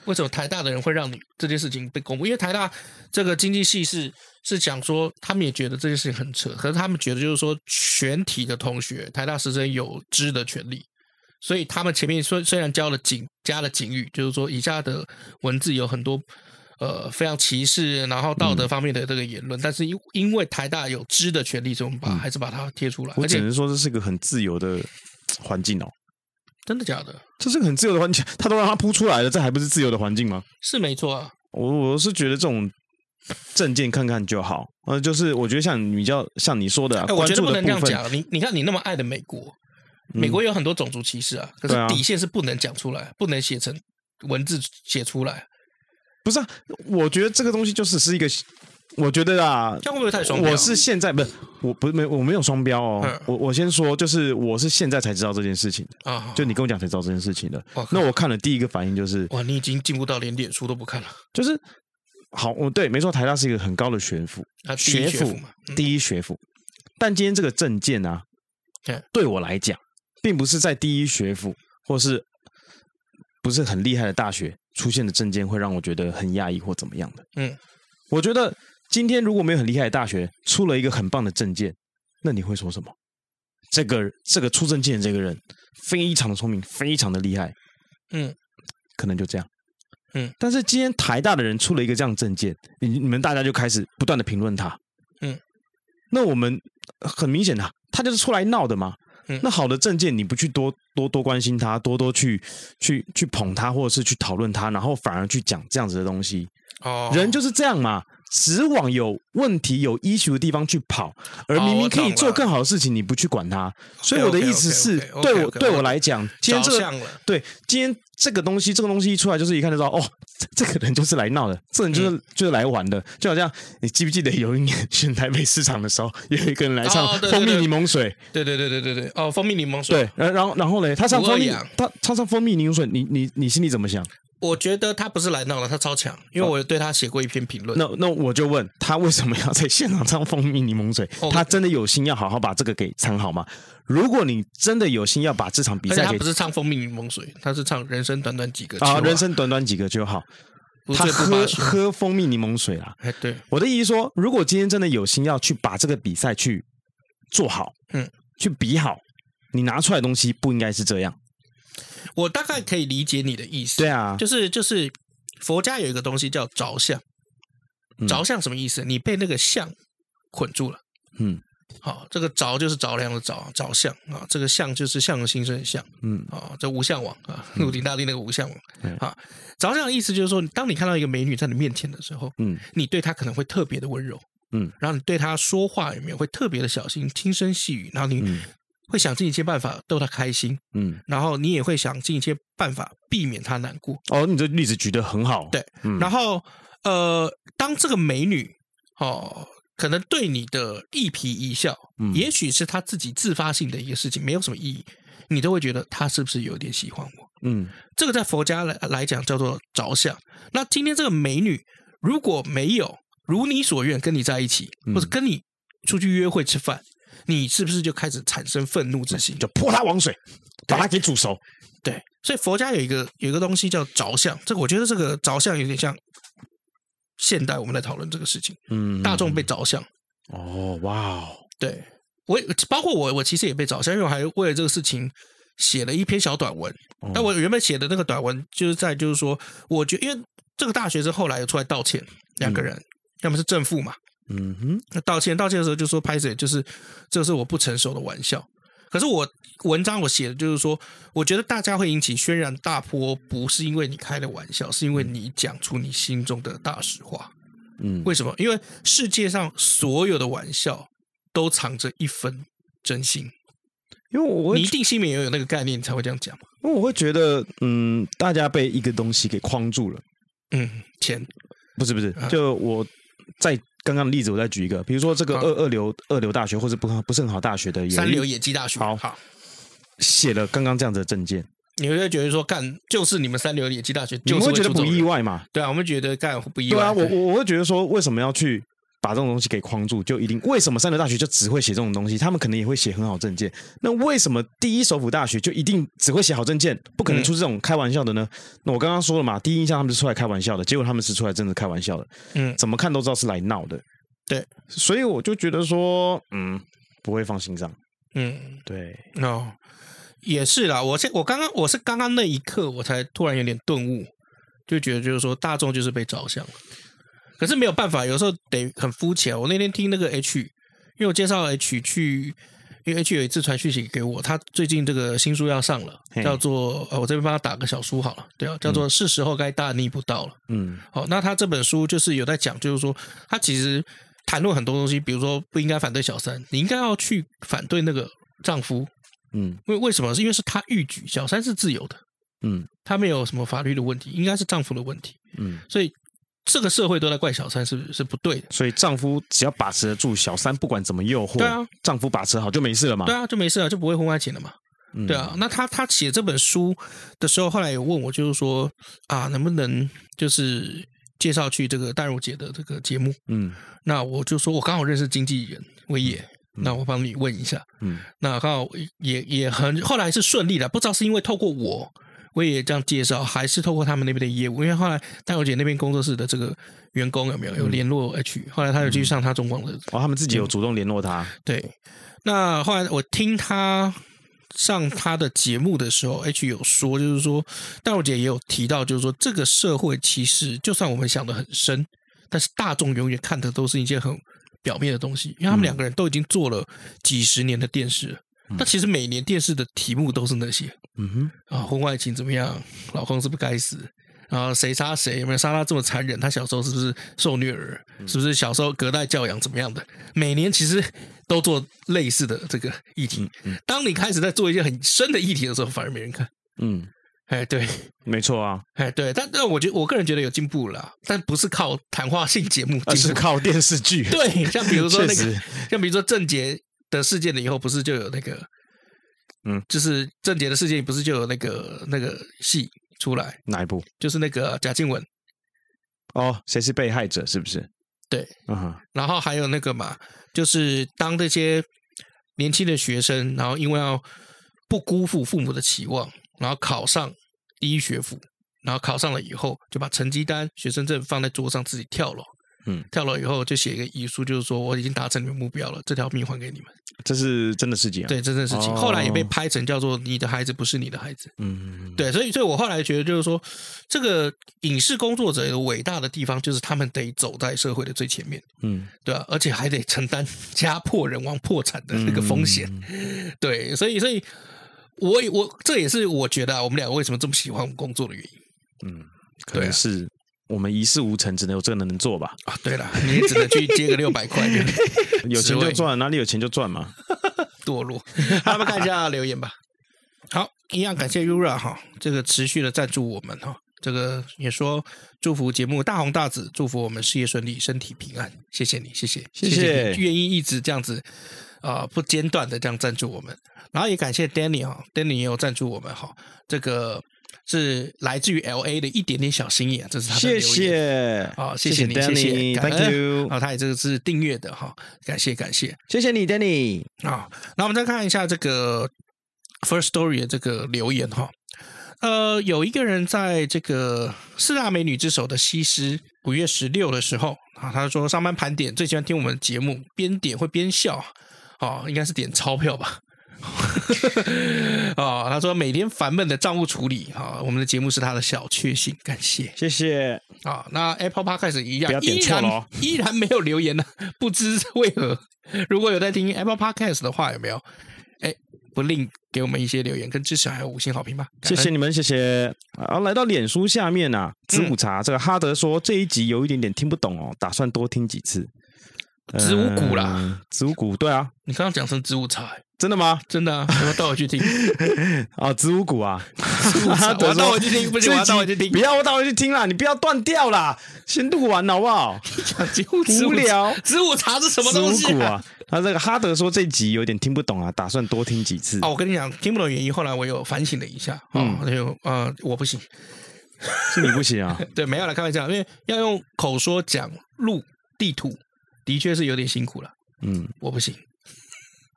为什么台大的人会让你这件事情被公布？因为台大这个经济系是是讲说，他们也觉得这件事情很扯，可是他们觉得就是说，全体的同学，台大师生有知的权利，所以他们前面虽虽然加了警加了警语，就是说以下的文字有很多呃非常歧视，然后道德方面的这个言
嗯
论，但是因因为台大有知的权利，所以我们把、还是把它贴出来，
我
而
只
且
能说这是个很自由的环境哦，
真的假的？
这是个很自由的环境，他都让他扑出来了，这还不是自由的环境吗？
是没错啊，
我我是觉得这种证件看看就好，呃，就是我觉得像你叫像你说的啊、
哎，我
关
觉得
注
不
的
能这
部
样
分，嗯
讲。你你看，你那么爱的美国，美国有很多种族歧视啊，可
对啊
是底线是不能讲出来，不能写成文字写出来，
不是啊？我觉得这个东西就只是一个，我觉得啊，
这样会不会太双标？
我是现在不是，我不是没我没有双标哦
嗯，
我我先说，就是我是现在才知道这件事情的，
啊，
就你跟我讲才知道这件事情的
哦哇。靠
那我看了第一个反应就是
哇，你已经进步到连脸书都不看了
就是好，我对没错，台大是一个很高的学府，
啊，第一学
府
府嘛，
第一学府，但今天这个证件啊
对，
对我来讲，并不是在第一学府或是不是很厉害的大学出现的证件会让我觉得很压抑或怎么样的。
嗯，
我觉得今天如果没有很厉害的大学出了一个很棒的证件，那你会说什么？这个这个出证件的这个人非常的聪明，非常的厉害，
嗯，
可能就这样。
嗯，
但是今天台大的人出了一个这样的证件，你你们大家就开始不断的评论他。
嗯，
那我们呃很明显的、他就是出来闹的嘛。
嗯
那好的证件你不去多多多关心他，多多去去去捧他，或者是去讨论他，然后反而去讲这样子的东西，
哦，
人就是这样嘛。只往有问题、有 issue 的地方去跑，而
哦
明明
我
可以
懂
做
了
更好的事情，你不去管它。所以我的意思是，
OK，OK，OK，OK，
对我
OK，OK，
对我来讲，今天这
着
个
相了，
对今天这个东西，这个东西一出来，就是一看就知道，哦，这这个人就是来闹的，这人
嗯
就是、就是来玩的。就好像你记不记得有一年选台北市场的时候，有一个人来唱
哦对对
蜂蜜
对
柠檬水，
对对对对对对，哦，蜂蜜柠檬水，
对，然然后然后嘞，他唱
不二
蜂蜜
氧，
他他唱蜂蜜柠檬水，你你你心里怎么想？
我觉得他不是来闹了，他超强，因为我对他写过一篇评论。
哦那那我就问他为什么要在现场唱蜂蜜柠檬水？
哦
他真的有心要好好把这个给唱好吗？如果你真的有心要把这场比
而且
赛
他
给
不是唱蜂蜜柠檬水，他是唱人生短短几个秋
啊，人生短短几个就好，
不
他
醉不罢
喝
休。
喝蜂蜜柠檬水啦。
哎，对，
我的意思说，如果今天真的有心要去把这个比赛去做好，
嗯，
去比好，你拿出来的东西不应该是这样。
我大概可以理解你的意思。
对啊，
就是就是佛家有一个东西叫着相，
嗯
着相什么意思？你被那个相捆住了。
嗯
好、这个着就是着凉的着，着相啊，这个相就是相由心生的相
嗯
啊，这无相王啊，鹿鼎大帝那个无相王、
嗯
啊。着相的意思就是说，当你看到一个美女在你面前的时候，
嗯
你对她可能会特别的温柔，
嗯，
然后你对她说话有没有会特别的小心，轻声细语，然后你
嗯
会想尽一切办法逗她开心，
嗯，
然后你也会想尽一切办法避免她难过。
哦，你这例子举得很好。
对，
嗯
然后呃，当这个美女哦，可能对你的一颦一笑，
嗯
也许是她自己自发性的一个事情，没有什么意义，你都会觉得她是不是有点喜欢我？
嗯
这个在佛家来来讲叫做着相。那今天这个美女如果没有如你所愿跟你在一起，
嗯
或者跟你出去约会吃饭，你是不是就开始产生愤怒之心？
就泼他王水，把他给煮熟。
对，所以佛家有一个有一个东西叫着相，这个我觉得这个着相有点像现代我们来讨论这个事情，
嗯，
大众被着相。
哦，哇哦，
对我也包括我，我其实也被着相，因为我还为了这个事情写了一篇小短文。
哦
但我原本写的那个短文就是在就是说，我觉因为这个大学生后来有出来道歉，两个人、要么是正负嘛，
嗯哼，
那道歉道歉的时候就说拍谁，就是这是我不成熟的玩笑。可是我文章我写的就是说，我觉得大家会引起轩然大波，不是因为你开的玩笑，是因为你讲出你心中的大实话。
嗯，
为什么？因为世界上所有的玩笑都藏着一分真心，
因为我会
你一定心里面有那个概念，你才会这样讲嘛。
因为我会觉得，嗯，大家被一个东西给框住了，
嗯，钱
不是不是
啊，
就我在刚刚的例子，我再举一个，比如说这个
啊
二二流二流大学或者不不是很好大学的，有一
三流野鸡大学，
好
好，
写了刚刚这样子的证件，
你会觉得说干就是你们三流野鸡大学，
你
就
们
是
会觉得
出这
不
种
意
人，
外嘛？
对啊，我们觉得干不意外，
对啊，我我我会觉得说，为什么要去把这种东西给框住？就一定为什么三流大学就只会写这种东西？他们可能也会写很好证件，那为什么第一首府大学就一定只会写好证件，不可
嗯
能出这种开玩笑的呢？那我刚刚说了嘛，第一印象他们是出来开玩笑的，结果他们是出来真的开玩笑的，
嗯，
怎么看都知道是来闹的。
对，
所以我就觉得说，嗯，不会放心上。
嗯。
对，
哦，也是啦。我现我刚刚我是刚刚那一刻，我才突然有点顿悟，就觉得就是说大众就是被着想了。可是没有办法，有时候得很肤浅。我那天听那个 H，因为我介绍 H 去，因为 H 有一次传讯息给我，他最近这个新书要上了，
嘿
叫做呃，我这边帮他打个小书好了，对啊，叫做《是时候该大逆不道了》。
嗯
好，那他这本书就是有在讲，就是说他其实谈论很多东西，比如说不应该反对小三，你应该要去反对那个丈夫，
嗯
为为什么？是因为是他欲举，小三是自由的，
嗯
他没有什么法律的问题，应该是丈夫的问题，
嗯，
所以这个社会都在怪小三是是不对的。
所以丈夫只要把持得住，小三不管怎么诱惑，
对啊
丈夫把持好就没事了嘛。
对啊，就没事了，就不会婚外情了嘛。
嗯
对啊，，那他他写这本书的时候，后来有问我，就是说啊，能不能就是介绍去这个淡如姐的这个节目？
嗯
那我就说我刚好认识经纪人魏野，那我帮你问一下。
嗯
那刚好也也很后来是顺利的，不知道是因为透过我，我也这样介绍，还是透过他们那边的业务，因为后来戴小姐那边工作室的这个员工有没有有联络 H，、后来他有去上他中广的，
哦，他们自己有
嗯
主动联络他。
对，那后来我听他。上他的节目的时候，H 有说，就是说，戴小姐也有提到，就是说，这个社会其实就算我们想的很深，但是大众永远看的都是一件很表面的东西，因为他们两个人都已经做了几十年的电视了，那、其实每年电视的题目都是那些
嗯哼，
啊，婚外情怎么样，老公是不是该死，然后谁杀谁，有没有杀他这么残忍？他小时候是不是受虐儿？是不是小时候隔代教养怎么样的？每年其实都做类似的这个议题。当你开始在做一些很深的议题的时候，反而没人看。
嗯，
哎，对，
没错啊，
哎，对，但但我觉得我个人觉得有进步了，但不是靠谈话性节目
而
进
啊是
步。
靠电视剧。
对，像比如说那
确
个
实，
像比如说郑杰的事件了以后，不是就有那个，
嗯，
就是郑杰的事件不是就有那个那个戏出来，
哪一部？
就是那个贾静雯，
哦，谁是被害者？是不是？
对，
啊哈，
然后还有那个嘛，就是当这些年轻的学生，然后因为要不辜负父母的期望，然后考上第一学府，然后考上了以后，就把成绩单、学生证放在桌上，自己跳楼。
嗯，
跳楼以后就写一个遗书，就是说我已经达成你们目标了，这条命还给你们。
这是真的事情啊。
对，这件事情
哦
后来也被拍成叫做“你的孩子不是你的孩子”。
嗯，嗯，
对，所以所以我后来觉得就是说，这个影视工作者的伟大的地方就是他们得走在社会的最前面。
嗯，
对啊，而且还得承担 家破人亡、破产的
嗯
那个风险。 对，啊所以，所以我我这也是我觉得、啊、我们两个为什么这么喜欢我们工作的原因
可
对啊
能是我们一事无成，只能有这个能做 吧。
啊。对了，你也只能去接个六百块，
有钱
职
就
位
赚，哪里有钱就赚嘛。
堕落。 好我们看一下留言吧。好，一样感谢 Yura 哈，这个持续的赞助我们哈。这个也说祝福节目大红大紫，祝福我们事业顺利，身体平安。谢谢你，谢谢，
谢
谢
谢
你愿意一直这样子啊、呃不间断的这样赞助我们。然后也感谢 Danny 哈，Danny 也有赞助我们哈。这个是来自于 LA 的一点点小心意啊，这是他的留
谢
言。
谢，
好，谢
谢
谢你，谢谢
Danny，Thank you，
啊，他也这个是订阅的哈，感谢感谢。
谢谢你，Danny。
啊，那我们再看一下这个 First Story 的这个留言哈。呃，有一个人在这个四大美女之首的西施五月十六的时候啊，他说上班盘点最喜欢听我们的节目，边点会边笑啊，应该是点钞票吧。 啊，他说每天烦闷的账务处理啊，我们的节目是他的小确幸，感谢
谢谢，
啊。那 Apple Podcast 一样，
不要点
依
错
然
了哦
依然没有留言呢，不知为何。如果有在听 Apple Podcast 的话，有没有？哎，不吝给我们一些留言跟支持，还有五星好评吧。感
谢
恩
谢你们，谢谢。啊，来到脸书下面啊，子午
嗯
茶、这个哈德说这一集有一点点听不懂哦，打算多听几次。
子午谷啦
嗯，子午谷，对啊，
你刚刚讲成植物茶，哎
真的吗？
真的啊，我要倒回 去听。
啊，子午谷啊，
午茶
哈德
我要
说
倒回去听不行
这一集
我要倒回去听
不要我倒回去听啦，你不要断掉啦，先录完好不好？
讲植物茶
无聊
植物茶是什么
子
东
午
西
谷
啊？
啊，他这个哈德说这集有点听不懂啊，打算多听几次
啊，。我跟你讲，听不懂原因，后来我有反省了一下，
嗯
哦，就呃，我不行，
是你不行啊，
对，没有了，开玩笑，因为要用口说讲路地图，的确是有点辛苦了，
嗯，
我不行，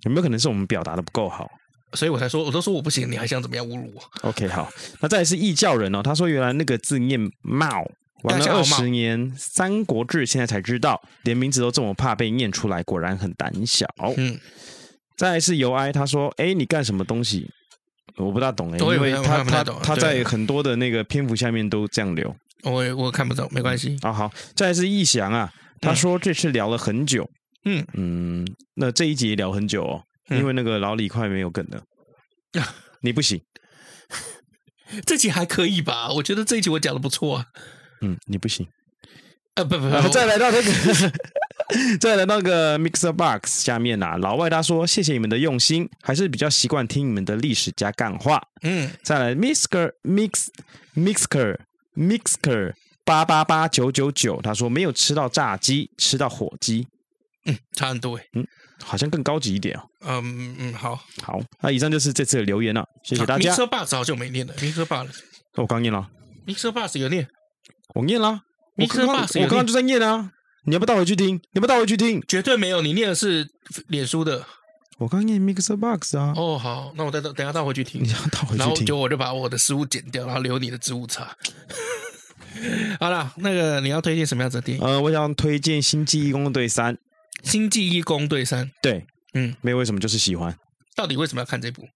有没有可能是我们表达的不够好？
所以我才说，我都说我不行，你还想怎么样侮辱我？
OK，好，那再来是异教人哦，他说原来那个字念茂，玩了
大家好
二
茂
十年《三国志》，现在才知道，连名字都这么怕被念出来，果然很胆小。
嗯，
再来是尤哀，他说：“哎，你干什么东西？”我不大懂哎，
我也
因为
不太我
他
看不太
他
懂啊
他
对
在很多的那个篇幅下面都这样留
我我看不懂，没关系，
啊。好，再来是逸翔啊，他说这次聊了很久，
嗯
嗯，那这一集也聊很久哦，
嗯
因为那个老李快没有梗 了，你不行，
这集还可以吧？我觉得这一集我讲的不错啊。
嗯，你不行。
呃，不不
然后
不，
再来到那个， 再来到那个 Mixer Box 下面啊，老外他说谢谢你们的用心，还是比较习惯听你们的历史加干话。
嗯，
再来 Mixer Mix Mixer Mixer 八八八九九九，他说没有吃到炸鸡，吃到火鸡，
差很多哎。
好像更高级一点哦。
嗯嗯，好，
好，那以上就是这次的留言了、谢谢大家。哦
Mixer Box 好久没念了，Mixer Box
我刚念了，
Mixer Box 有念，
我念了，我
Mixer
刚刚
Box
我
有
刚刚
念
就在念啊。你要不要倒回去听？你要不要倒回去听？
绝对没有。你念的是脸书的
我刚念 Mixer Box 啊，
哦。好，那我再等等一下倒回去听
你，要倒回
然后
去
就
听。
我就把我的失误剪掉，然后留你的植物茶。 好啦，那个你要推荐什么样子的电影？
呃，我想推荐《星际义工队三》，
《星际义工队三》
对，
嗯，
没有为什么，就是喜欢。
到底为什么要看这部？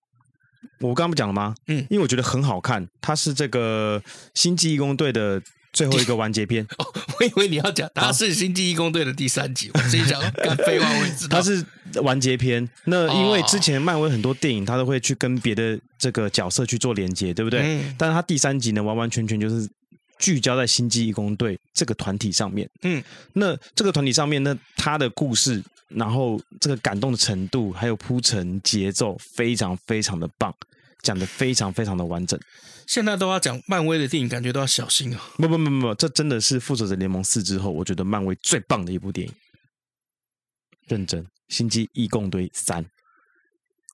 我刚刚不讲了吗？
嗯
因为我觉得很好看，它是这个《星际义工队》的最后一个完结篇，
哦，我以为你要讲它是《星际义工队》的第三集，我心 想，干废话，我也知道。
它是完结篇。那因为之前漫威很多电影，它都会去跟别的这个角色去做连接，对不对？
嗯
但是它第三集呢，完完全全就是聚焦在星际义工队这个团体上面。
嗯，
那这个团体上面，那他的故事，然后这个感动的程度，还有铺陈节奏，非常非常的棒，讲的非常非常的完整。
现在都要讲漫威的电影，感觉都要小心啊。
不不不不不，这真的是《复仇者联盟四》之后，我觉得漫威最棒的一部电影。认真，《星际义工队三》，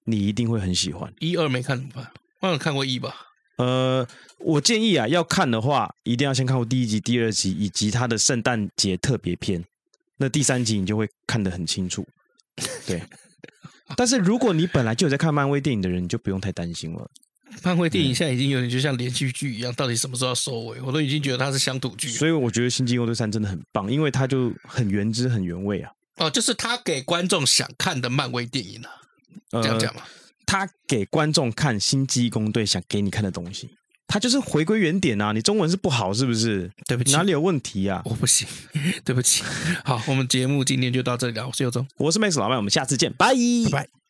你一定会很喜欢。
一二没看怎么办？我有看过一吧，
呃，我建议啊，要看的话，一定要先看过第一集、第二集，以及它的圣诞节特别篇。那第三集你就会看得很清 楚。对，但是如果你本来就有在看漫威电影的人，你就不用太担心了。
漫威电影现在已经有点就像连续剧一样，到底什么时候要收尾？我都已经觉得它是乡土剧了。
所以我觉得《星际义工队三》真的很棒，因为它就很原汁、很原味啊。
哦，就是他给观众想看的漫威电影啊，
呃
这样讲嘛。
他给观众看《星际义工队》想给你看的东西，他就是回归原点啊！你中文是不好是不是？
对不起
哪里有问题啊？
我不行， 对不起。好，我们节目今天就到这里了。我是尤忠，
我是 Max 老麦，我们下次见，拜
拜拜。